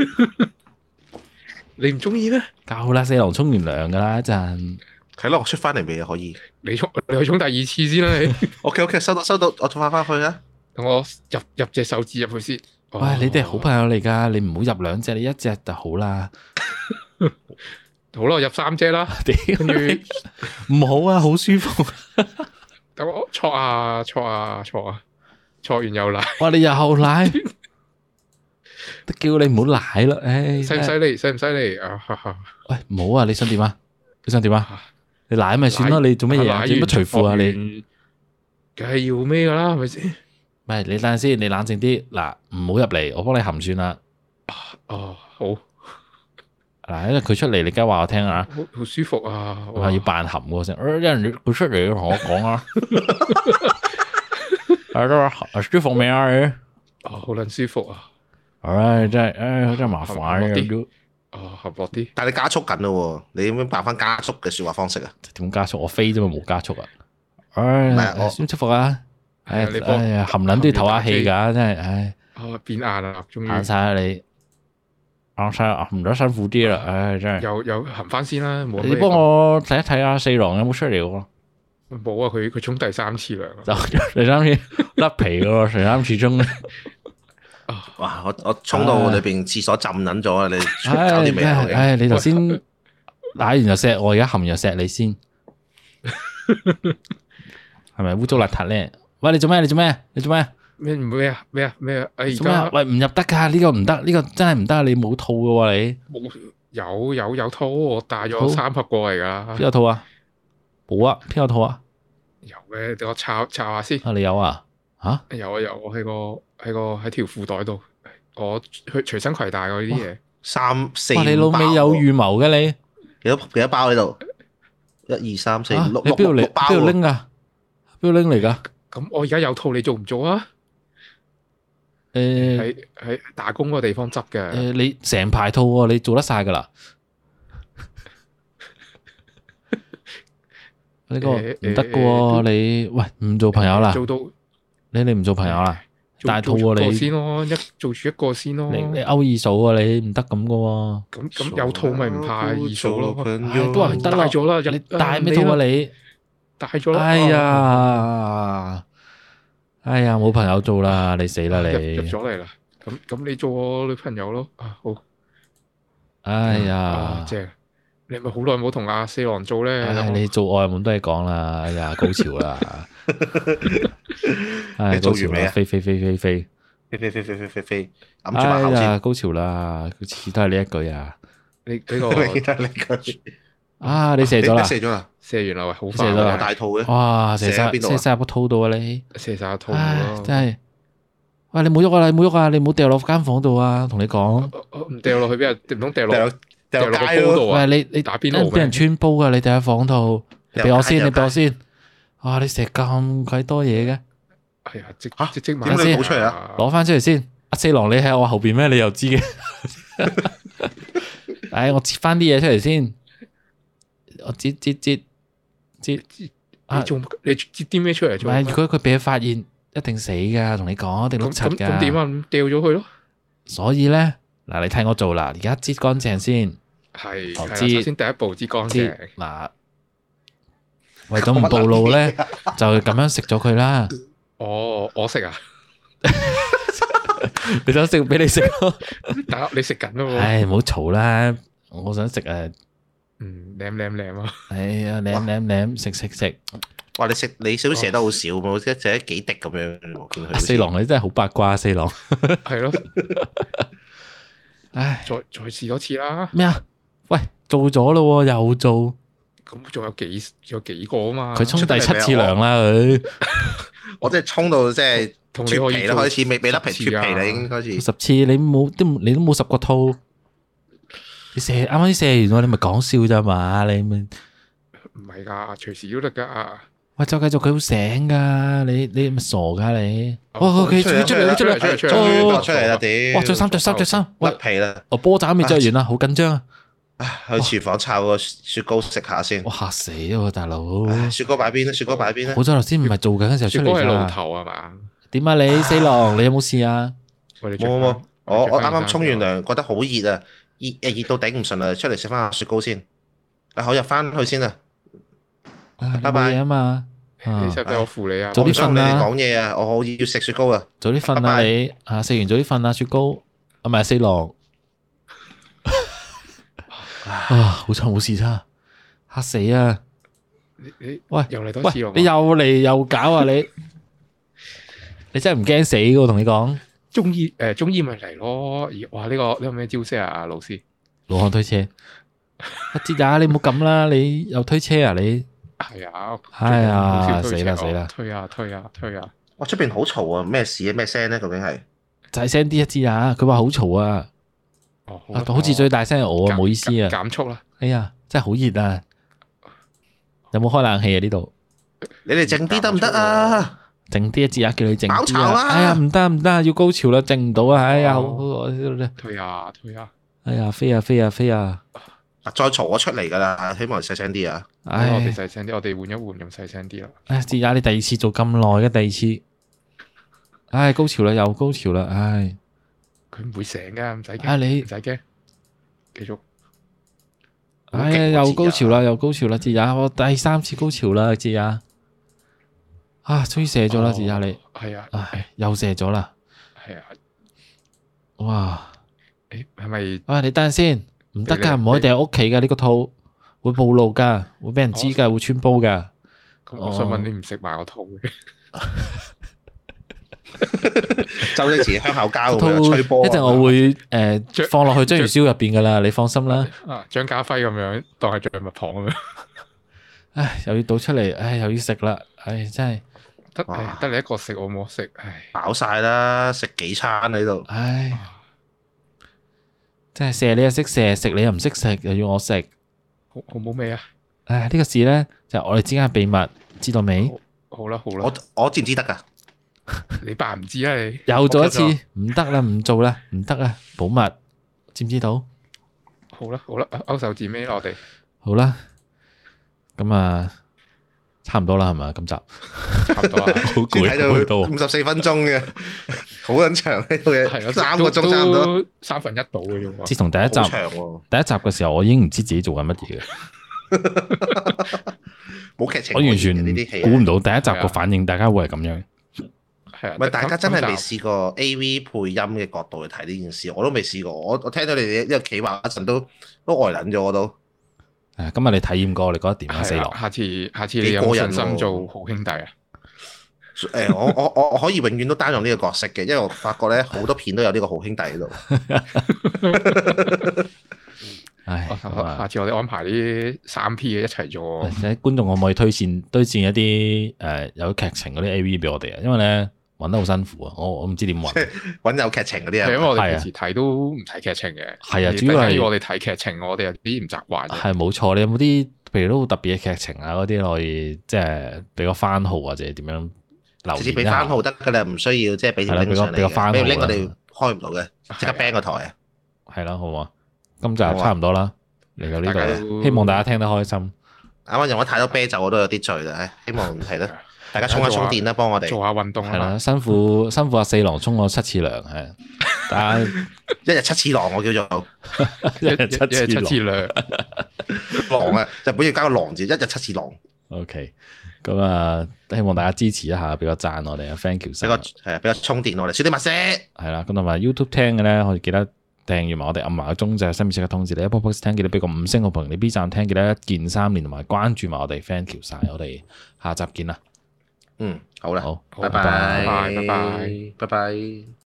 [SPEAKER 3] 你唔中意咩？
[SPEAKER 1] 夠啦！四郎沖完涼噶啦，一陣
[SPEAKER 2] 睇落我出翻嚟未啊？可以。
[SPEAKER 3] 你沖你去沖第二次先啦，你
[SPEAKER 2] OK OK，收到收到，我快翻去啦。
[SPEAKER 3] 同我入入隻手指入去先。哦
[SPEAKER 1] 喂，你哋係好朋友嚟㗎，你唔好入兩隻，你一隻就好 啦。
[SPEAKER 3] 好啦，我入三隻啦，
[SPEAKER 1] 屌
[SPEAKER 3] 跟住
[SPEAKER 1] 你，唔好啊，好舒服。
[SPEAKER 3] 等我戳啊戳啊戳啊，戳完又奶，
[SPEAKER 1] 哇，你又奶，都叫你唔好奶啦，唉，
[SPEAKER 3] 犀唔犀利？犀唔犀利啊？哈哈
[SPEAKER 1] 喂，唔好啊！你想點啊？你想點啊？你奶咪算咯，你做乜嘢啊？
[SPEAKER 3] 奶
[SPEAKER 1] 做乜
[SPEAKER 3] 完
[SPEAKER 1] 除褲啊？你
[SPEAKER 3] 你梗係要咩噶啦？係咪先？
[SPEAKER 1] 唔係你等陣先，你冷靜啲嗱，唔好入嚟，我幫你含算啦。
[SPEAKER 3] 哦，好
[SPEAKER 1] 嗱，因為佢出嚟，你梗係話我聽啊，
[SPEAKER 3] 好好舒服啊！
[SPEAKER 1] 我話要扮含嗰聲，呃因為佢出嚟要同我講 啊。係都話舒服未啊？你
[SPEAKER 3] 哦，好撚舒服啊！
[SPEAKER 1] 唉，真係唉，真係麻煩啊！
[SPEAKER 3] 含落
[SPEAKER 1] 要
[SPEAKER 3] 啲哦，合落啲，
[SPEAKER 2] 但係你加速緊咯喎，你點樣扮翻加速嘅説話方式啊？
[SPEAKER 1] 點加速？我飛啫嘛，冇加速啊！
[SPEAKER 2] 唔係
[SPEAKER 1] 唉，
[SPEAKER 2] 我
[SPEAKER 1] 舒唔舒服啊？唉，
[SPEAKER 3] 係啊你幫
[SPEAKER 1] 唉含撚都要唞下氣㗎，真係唉。
[SPEAKER 3] 哦，變硬啦，終
[SPEAKER 1] 硬
[SPEAKER 3] 於
[SPEAKER 1] 晒啦你，硬晒啦，唔得辛苦啲啦，唉真係。
[SPEAKER 3] 又又含翻先啦，冇乜
[SPEAKER 1] 你
[SPEAKER 3] 嘢
[SPEAKER 1] 幫
[SPEAKER 3] 講
[SPEAKER 1] 我睇一睇啊，四郎有冇出嚟喎？
[SPEAKER 3] 冇啊！佢佢沖第三次涼啊
[SPEAKER 1] 就第三次甩皮噶喎，第三次中，
[SPEAKER 2] 哇！我我衝到裏邊廁所浸撚咗啊！你出搞
[SPEAKER 1] 唉
[SPEAKER 2] 啲咩啊？
[SPEAKER 1] 真係唉你頭先奶完就錫我，而家含又錫你先，係咪污糟邋遢咧？喂，你做咩？你做咩？你做咩？
[SPEAKER 3] 咩咩啊咩啊咩啊！哎而
[SPEAKER 1] 做咩啊
[SPEAKER 3] 家？
[SPEAKER 1] 喂，唔入得噶，呢個唔得，呢個真係唔得，你冇套噶喎，你
[SPEAKER 3] 冇有有有套，我帶
[SPEAKER 1] 好
[SPEAKER 3] 咗三盒過嚟㗎
[SPEAKER 1] 邊。有套啊？冇啊，邊有套啊？
[SPEAKER 3] 有嘅，等我抄抄下先。
[SPEAKER 1] 啊，你有啊？吓？
[SPEAKER 3] 有啊有，我喺個喺個喺條褲袋度，我去隨身攜帶嗰啲嘢。
[SPEAKER 2] 三四
[SPEAKER 1] 哇，你老
[SPEAKER 2] 五包
[SPEAKER 1] 味有
[SPEAKER 2] 喎，
[SPEAKER 1] 預謀嘅你。
[SPEAKER 2] 幾多幾多包喺度？一二三四
[SPEAKER 1] 啊
[SPEAKER 2] 五六
[SPEAKER 1] 你
[SPEAKER 2] 六
[SPEAKER 1] 邊度
[SPEAKER 2] 六
[SPEAKER 1] 嚟？
[SPEAKER 2] 六包
[SPEAKER 1] 邊度
[SPEAKER 2] 喎，
[SPEAKER 1] 拎啊？邊度拎嚟噶？
[SPEAKER 3] 咁我而家有套，你做唔做啊？
[SPEAKER 1] 誒
[SPEAKER 3] 喺喺打工個地方執嘅，
[SPEAKER 1] 誒，你成排套喎，你做得晒噶 啦？呢個唔
[SPEAKER 3] 誒
[SPEAKER 1] 得嘅
[SPEAKER 3] 誒
[SPEAKER 1] 喎，你喂唔做朋友啦？
[SPEAKER 3] 做到
[SPEAKER 1] 你你唔做朋友啦？
[SPEAKER 3] 做
[SPEAKER 1] 大套
[SPEAKER 3] 做
[SPEAKER 1] 喎
[SPEAKER 3] 住一個
[SPEAKER 1] 你
[SPEAKER 3] 先咯，一做住一個先咯。
[SPEAKER 1] 你你勾二嫂啊？你唔得咁嘅喎，
[SPEAKER 3] 咁咁有套咪唔怕二數咯。
[SPEAKER 1] 唉都話唔得啦
[SPEAKER 3] 帶咗啦，
[SPEAKER 1] 你戴咩套啊？
[SPEAKER 3] 你？
[SPEAKER 1] 你
[SPEAKER 3] 帶咗啦。
[SPEAKER 1] 哎
[SPEAKER 2] 哦
[SPEAKER 3] 啊，
[SPEAKER 1] 呀，哎呀，冇朋友做啦，你死啦
[SPEAKER 3] 入入
[SPEAKER 1] 你！
[SPEAKER 3] 咗嚟啦。咁咁你做我女朋友咯。啊好。
[SPEAKER 1] 哎
[SPEAKER 3] 啊
[SPEAKER 1] 呀，
[SPEAKER 3] 正！你係咪好耐冇同阿四郎做咧？
[SPEAKER 1] 唉，哎你做愛冇多嘢講啦，哎呀，高潮 啦，唉，
[SPEAKER 2] 你
[SPEAKER 1] 高
[SPEAKER 2] 做
[SPEAKER 1] 潮
[SPEAKER 2] 完未
[SPEAKER 1] 啦，
[SPEAKER 2] 啊
[SPEAKER 1] 飛飛飛飛飛，
[SPEAKER 2] 飛飛飛飛飛飛飛，揞住把
[SPEAKER 1] 哎
[SPEAKER 2] 口
[SPEAKER 1] 呀，
[SPEAKER 2] 先。
[SPEAKER 1] 高潮啦，佢次次都係呢一句啊，
[SPEAKER 3] 你呢 個
[SPEAKER 2] 你你
[SPEAKER 1] 啊，你射咗啦，
[SPEAKER 2] 射咗啦！
[SPEAKER 3] 射完啦，喂，好
[SPEAKER 1] 射
[SPEAKER 3] 快
[SPEAKER 1] 咗
[SPEAKER 2] 有
[SPEAKER 1] 啦
[SPEAKER 3] 啊！
[SPEAKER 2] 大套嘅，
[SPEAKER 1] 哇，射
[SPEAKER 2] 射
[SPEAKER 1] 晒
[SPEAKER 2] 喺邊度啊
[SPEAKER 1] 射晒入個肚度啊你，
[SPEAKER 3] 射晒個肚
[SPEAKER 1] 唉，
[SPEAKER 3] 咯，
[SPEAKER 1] 真係，喂，你冇喐啊，你冇喐啊，你冇掉落間房度啊，同你講，
[SPEAKER 3] 我我哦唔掉落去邊啊？唔通掉
[SPEAKER 2] 掉
[SPEAKER 3] 落
[SPEAKER 2] 掉
[SPEAKER 3] 掉落
[SPEAKER 2] 落
[SPEAKER 3] 個
[SPEAKER 2] 街
[SPEAKER 3] 煲
[SPEAKER 2] 咯，
[SPEAKER 3] 度啊
[SPEAKER 1] 喂，？你你
[SPEAKER 3] 打邊爐
[SPEAKER 1] 你俾人穿煲噶，你掉喺房度，你俾我先，你俾我先，哇，你射咁鬼多嘢嘅。
[SPEAKER 3] 係啊，即
[SPEAKER 2] 嚇
[SPEAKER 3] 即啊即
[SPEAKER 1] 點解你
[SPEAKER 2] 冇出嚟啊
[SPEAKER 1] 攞翻出嚟先。阿四郎，你喺我後邊咩？你又知 嘅。唉，我切翻啲嘢出嚟先。我截截截截，
[SPEAKER 3] 你做乜你接啲咩出嚟
[SPEAKER 1] 唔
[SPEAKER 3] 做乜？
[SPEAKER 1] 係如啊果佢俾佢發現，一定死噶。同你講，一定碌
[SPEAKER 3] 咁
[SPEAKER 1] 柒
[SPEAKER 3] 咁
[SPEAKER 1] 噶。
[SPEAKER 3] 咁點啊？咁掉咗佢咯，
[SPEAKER 1] 所以咧，嗱，你替我做啦。而家擠乾淨先，
[SPEAKER 3] 係
[SPEAKER 1] 我
[SPEAKER 3] 係啦。啊
[SPEAKER 1] 知
[SPEAKER 3] 首先第一步至乾
[SPEAKER 1] 擠
[SPEAKER 3] 淨，
[SPEAKER 1] 嗱。為咗唔暴露咧，
[SPEAKER 3] 啊
[SPEAKER 1] 就咁樣食咗佢 啦。
[SPEAKER 3] 哦，我食啊，
[SPEAKER 1] 你想食俾你食咯。
[SPEAKER 3] 大佬你食緊咯喎，
[SPEAKER 1] 唉，唔好嘈啦。我想食啊！
[SPEAKER 3] 嗯，舐舐舐啊，
[SPEAKER 1] 哎呀，舐舐舐，食食啊食。
[SPEAKER 2] 哇！你食你射都射得好少喎，即係射得幾滴咁樣喎。見佢好似
[SPEAKER 1] 四郎你真係好八卦，四郎。
[SPEAKER 3] 係咯，
[SPEAKER 1] 唉，
[SPEAKER 3] 再再試多次啦。
[SPEAKER 1] 咩啊？喂，做咗咯喎，又做，
[SPEAKER 3] 咁仲有幾仲有幾個啊嘛？
[SPEAKER 1] 佢沖
[SPEAKER 2] 出
[SPEAKER 1] 第
[SPEAKER 2] 嚟
[SPEAKER 1] 七
[SPEAKER 2] 未啊
[SPEAKER 1] 次涼啦，佢
[SPEAKER 2] 我真係衝到即係
[SPEAKER 3] 同你
[SPEAKER 2] 脱
[SPEAKER 3] 可
[SPEAKER 2] 皮
[SPEAKER 3] 以
[SPEAKER 2] 啦，
[SPEAKER 3] 做
[SPEAKER 2] 開始未俾粒皮
[SPEAKER 3] 十
[SPEAKER 2] 脱
[SPEAKER 3] 次啊
[SPEAKER 2] 皮啦，已經開始。
[SPEAKER 1] 十次你冇都你都冇十個套，你射啱啱射完喎，你咪講笑咋嘛？你咪
[SPEAKER 3] 唔係㗎，隨時都得㗎。
[SPEAKER 1] 喂，就繼續佢好醒噶，你你咪傻噶你？
[SPEAKER 3] 哦
[SPEAKER 1] 哇，佢
[SPEAKER 2] 出嚟啦啊
[SPEAKER 1] 佢出嚟啦出嚟啦，
[SPEAKER 3] 出嚟啦出
[SPEAKER 1] 嚟啦
[SPEAKER 2] 出嚟啦，屌！
[SPEAKER 1] 哇，着衫着衫着衫，
[SPEAKER 2] 甩
[SPEAKER 1] 喂，哦
[SPEAKER 2] 皮啦！
[SPEAKER 1] 我波爪未着完啊，好緊張啊！
[SPEAKER 2] 唉去廚房抄個雪糕食下先。
[SPEAKER 1] 我嚇死喎，大佬！
[SPEAKER 2] 唉雪糕擺邊咧？雪糕擺邊咧？
[SPEAKER 1] 好彩頭先唔係做緊嘅時候出
[SPEAKER 3] 雪糕係
[SPEAKER 1] 嚟啊
[SPEAKER 3] 露
[SPEAKER 1] 咋。
[SPEAKER 3] 頭係嘛？
[SPEAKER 1] 點啊你死狼？你有冇事啊？
[SPEAKER 3] 冇
[SPEAKER 2] 冇冇冇，我我啱啱沖完涼，覺得好熱啊，熱誒熱到頂唔順啦，出嚟食翻下雪糕先。啊，好入翻去先啊，
[SPEAKER 1] 啊你
[SPEAKER 2] 拜
[SPEAKER 1] 冇
[SPEAKER 2] 拜
[SPEAKER 1] 嘢啊嘛。啊
[SPEAKER 3] 你使唔使我扶你啊？
[SPEAKER 1] 早
[SPEAKER 2] 我
[SPEAKER 1] 啲
[SPEAKER 2] 唔想同你
[SPEAKER 1] 瞓
[SPEAKER 2] 哋
[SPEAKER 1] 啦
[SPEAKER 2] 講嘢啊，我好要食雪糕啊。
[SPEAKER 1] 早啲瞓
[SPEAKER 2] 拜
[SPEAKER 1] 啦
[SPEAKER 2] 拜
[SPEAKER 1] 你啊，食完早啲瞓啦，雪糕啊，唔係四郎啊，好彩冇事差，嚇死啊！
[SPEAKER 3] 你你
[SPEAKER 1] 喂
[SPEAKER 3] 又嚟多次
[SPEAKER 1] 喂
[SPEAKER 3] 喎，，
[SPEAKER 1] 你又嚟又搞啊你，你真係唔驚死嘅，我同你講，
[SPEAKER 3] 中醫誒中醫咪嚟咯？咦哇！呢個呢個咩招式啊，啊老師？
[SPEAKER 1] 老漢推車，阿哲雅你唔好咁啦，你又推車啊你，
[SPEAKER 3] 係啊，
[SPEAKER 1] 哎呀
[SPEAKER 3] 好少
[SPEAKER 1] 死
[SPEAKER 3] 推
[SPEAKER 1] 啦
[SPEAKER 3] 車
[SPEAKER 1] 死
[SPEAKER 3] 我
[SPEAKER 1] 啦
[SPEAKER 3] 推啊推啊推啊！
[SPEAKER 2] 哇！出邊好嘈啊，咩事啊？咩聲咧？究竟係？
[SPEAKER 1] 大聲啲啊哲雅，佢話好嘈啊，
[SPEAKER 3] 哦，
[SPEAKER 1] 啊好似最大聲係我啊，
[SPEAKER 3] 減
[SPEAKER 1] 唔好意思啊
[SPEAKER 3] 減，減速啦，
[SPEAKER 1] 哎呀真係好熱啊，有冇開冷氣啊呢度？
[SPEAKER 2] 你哋靜啲得唔得啊？
[SPEAKER 1] 靜啲一節啊，叫你靜
[SPEAKER 2] 搞
[SPEAKER 1] 啲
[SPEAKER 2] 巢啦
[SPEAKER 1] 哎呀，唔得唔得，要高潮啦，靜唔到啊！哎呀，好，好
[SPEAKER 3] 哦推啊推啊！
[SPEAKER 1] 哎呀，飛啊飛啊飛啊！
[SPEAKER 2] 嗱再嘈我出嚟㗎啦，希望細聲啲啊！
[SPEAKER 3] 咁哎我
[SPEAKER 1] 唉
[SPEAKER 3] 哋，細聲啲，我哋換一換咁細聲啲啦。
[SPEAKER 1] 哎，節啊，你第二次做咁耐嘅第二次，唉，高潮啦，又高潮啦，唉，
[SPEAKER 3] 佢唔會醒嘅，唔使
[SPEAKER 1] 啊
[SPEAKER 3] 驚，
[SPEAKER 1] 你
[SPEAKER 3] 唔使驚。繼續，
[SPEAKER 2] 好
[SPEAKER 1] 唉
[SPEAKER 2] 勁
[SPEAKER 3] 啊
[SPEAKER 2] 喎
[SPEAKER 1] 又高潮
[SPEAKER 2] 節
[SPEAKER 1] 啦，又高潮啦，節啊，我第三次高潮啦，節啊，啊，終於射咗啦，
[SPEAKER 3] 哦
[SPEAKER 1] 節啊你，
[SPEAKER 3] 係啊
[SPEAKER 1] 唉，又射咗啦，
[SPEAKER 3] 係啊，
[SPEAKER 1] 哇！
[SPEAKER 3] 誒係咪
[SPEAKER 1] 喂，你等陣先，唔得噶，
[SPEAKER 3] 你
[SPEAKER 1] 唔可以掟喺屋企噶，呢個套會暴露噶，會俾人知
[SPEAKER 3] 哦
[SPEAKER 1] 噶，會穿煲噶。
[SPEAKER 3] 咁？我想
[SPEAKER 1] 哦
[SPEAKER 3] 問你唔食埋我套嘅，
[SPEAKER 2] 周星馳香口 膠咁
[SPEAKER 1] 套
[SPEAKER 2] 樣吹波啊，
[SPEAKER 1] 一陣我會诶
[SPEAKER 3] 着
[SPEAKER 1] 放落去章魚燒入边噶啦，你放心啦。
[SPEAKER 3] 啊 張家輝咁樣當係象蜜糖咁樣，
[SPEAKER 1] 唉，又要倒出嚟，唉，又要食啦，唉，真係，
[SPEAKER 3] 得
[SPEAKER 2] 哇
[SPEAKER 3] 唉得你一個食，我冇得食，唉
[SPEAKER 2] 飽晒啦，食幾餐喺度。
[SPEAKER 1] 唉，真係射你又識射，食你又唔識食，又要我食。
[SPEAKER 3] 好好冇味啊！
[SPEAKER 1] 唉，呢、個事呢，就係我哋之間嘅秘密，知道未？
[SPEAKER 3] 好啦好啦
[SPEAKER 2] 我，我知唔知得㗎？
[SPEAKER 3] 你扮唔知啊你？
[SPEAKER 1] 又做一次
[SPEAKER 3] 我記，
[SPEAKER 1] 唔得啦，唔做啦，唔得啦，保密，知唔知道？
[SPEAKER 3] 錯好啦好啦，啊勾手指尾 啦我哋，
[SPEAKER 1] 好啦，咁啊，差唔多啦，係咪？今集好
[SPEAKER 3] 差唔多啦。
[SPEAKER 2] 先睇到五十四分鐘嘅， 好撚長呢度
[SPEAKER 3] 係
[SPEAKER 2] 嘅，
[SPEAKER 3] 咯，
[SPEAKER 2] 三個鐘
[SPEAKER 3] 都
[SPEAKER 2] 差唔多，，
[SPEAKER 3] 都三分一到嘅啫
[SPEAKER 1] 自
[SPEAKER 3] 喎。
[SPEAKER 1] 從第啊一
[SPEAKER 2] 好
[SPEAKER 1] 集
[SPEAKER 2] 長喎，
[SPEAKER 1] 第一集嘅時候，我已經唔知自己做緊乜嘢嘅。
[SPEAKER 2] 冇劇情可
[SPEAKER 1] 我
[SPEAKER 2] 言
[SPEAKER 1] 完
[SPEAKER 2] 嘅。
[SPEAKER 1] 全
[SPEAKER 2] 呢啲戲啊
[SPEAKER 1] 估唔到第一集
[SPEAKER 3] 係
[SPEAKER 1] 個
[SPEAKER 3] 啊
[SPEAKER 1] 反應，大家會係咁樣。
[SPEAKER 3] 係啊，
[SPEAKER 2] 唔係大家真係未
[SPEAKER 3] 咁
[SPEAKER 2] 試過 A.V. 配音嘅角度去睇呢件事，我都未試過。我我聽到你哋呢個企話嗰陣都都呆撚咗，我都
[SPEAKER 1] 誒，啊今日你體驗過，你覺得點
[SPEAKER 3] 係
[SPEAKER 1] 啊？
[SPEAKER 3] 啊
[SPEAKER 1] 四郎，
[SPEAKER 3] 下次下
[SPEAKER 2] 幾
[SPEAKER 3] 次你有冇
[SPEAKER 2] 過癮
[SPEAKER 3] 信心
[SPEAKER 2] 喎
[SPEAKER 3] 做好兄 弟啊？
[SPEAKER 2] 誒、我我我我可以永遠都擔任呢個角色嘅，因為我發覺咧好多片都有呢個好兄弟喺度。
[SPEAKER 1] 唉，
[SPEAKER 3] 哦
[SPEAKER 1] 咁
[SPEAKER 3] 下
[SPEAKER 1] 啊，
[SPEAKER 3] 次我哋安排啲三 P 嘅一齊 做
[SPEAKER 2] 啊
[SPEAKER 3] 喎。
[SPEAKER 1] 誒觀眾可唔可以推薦推薦一啲誒有劇情嗰啲 A.V. 俾我哋啊？因為咧揾得好辛苦啊，我我唔知點揾。
[SPEAKER 2] 揾有劇情嗰啲
[SPEAKER 3] 係因為
[SPEAKER 2] 啊，
[SPEAKER 3] 我
[SPEAKER 1] 係啊
[SPEAKER 3] 哋平時睇都唔睇劇情嘅，
[SPEAKER 1] 係啊，主要
[SPEAKER 3] 等於
[SPEAKER 1] 係
[SPEAKER 3] 我哋睇劇情，我哋有啲唔習慣嘅。
[SPEAKER 1] 係冇錯。你有冇啲譬如都好特別嘅劇情啊？嗰啲可以即係俾個番號或者點樣留
[SPEAKER 2] 直接
[SPEAKER 1] 言
[SPEAKER 2] 俾
[SPEAKER 1] 一
[SPEAKER 2] 番
[SPEAKER 1] 下。
[SPEAKER 2] 號得㗎啦，唔需要即係俾條
[SPEAKER 1] 係啦俾
[SPEAKER 2] link
[SPEAKER 1] 個
[SPEAKER 2] 上嚟
[SPEAKER 1] 俾個番號
[SPEAKER 2] 嘅，俾條 link
[SPEAKER 1] 啦
[SPEAKER 2] 我哋開唔到嘅，即刻 ban 個台啊！
[SPEAKER 1] 係啦，好唔好啊？今集
[SPEAKER 2] 好啊
[SPEAKER 1] 差唔多啦，嚟到呢度
[SPEAKER 2] 大
[SPEAKER 1] 啦
[SPEAKER 2] 家，
[SPEAKER 1] 希望大家聽得開心。
[SPEAKER 2] 啱啱用咗太多啤酒，我都有啲醉啦，唉希望係咯，大家充下充電啦，幫我哋
[SPEAKER 3] 做下運動啊
[SPEAKER 1] 係啦，
[SPEAKER 3] 啦，
[SPEAKER 1] 辛苦辛苦阿四郎沖我七次涼，係，但係
[SPEAKER 2] 一日七次狼，我叫做
[SPEAKER 1] 一
[SPEAKER 3] 一
[SPEAKER 1] 日
[SPEAKER 3] 日
[SPEAKER 1] 七
[SPEAKER 3] 七
[SPEAKER 1] 次
[SPEAKER 3] 次
[SPEAKER 1] 郎。
[SPEAKER 3] 量，
[SPEAKER 2] 狼啊，日本要加個狼字，一日七次狼，
[SPEAKER 1] OK，咁啊，希望大家支持一下，俾個讚我哋啊，thank you
[SPEAKER 2] 俾
[SPEAKER 1] 晒。
[SPEAKER 2] 個係啊俾個充電我哋，小啲麥聲。
[SPEAKER 1] 係啦，咁同埋 YouTube 聽嘅咧，可以記得訂閱埋我哋暗埋個鐘就係新片嘅通知你。Apple Podcast 聽記得俾個五星好評，你 B 站聽記得一鍵三連，同埋關注埋我哋 thank you 晒，我哋下集見啦，
[SPEAKER 2] 嗯，好啦，
[SPEAKER 1] 好，
[SPEAKER 2] 拜
[SPEAKER 3] 拜
[SPEAKER 2] 拜，
[SPEAKER 3] 拜拜拜
[SPEAKER 2] 拜拜。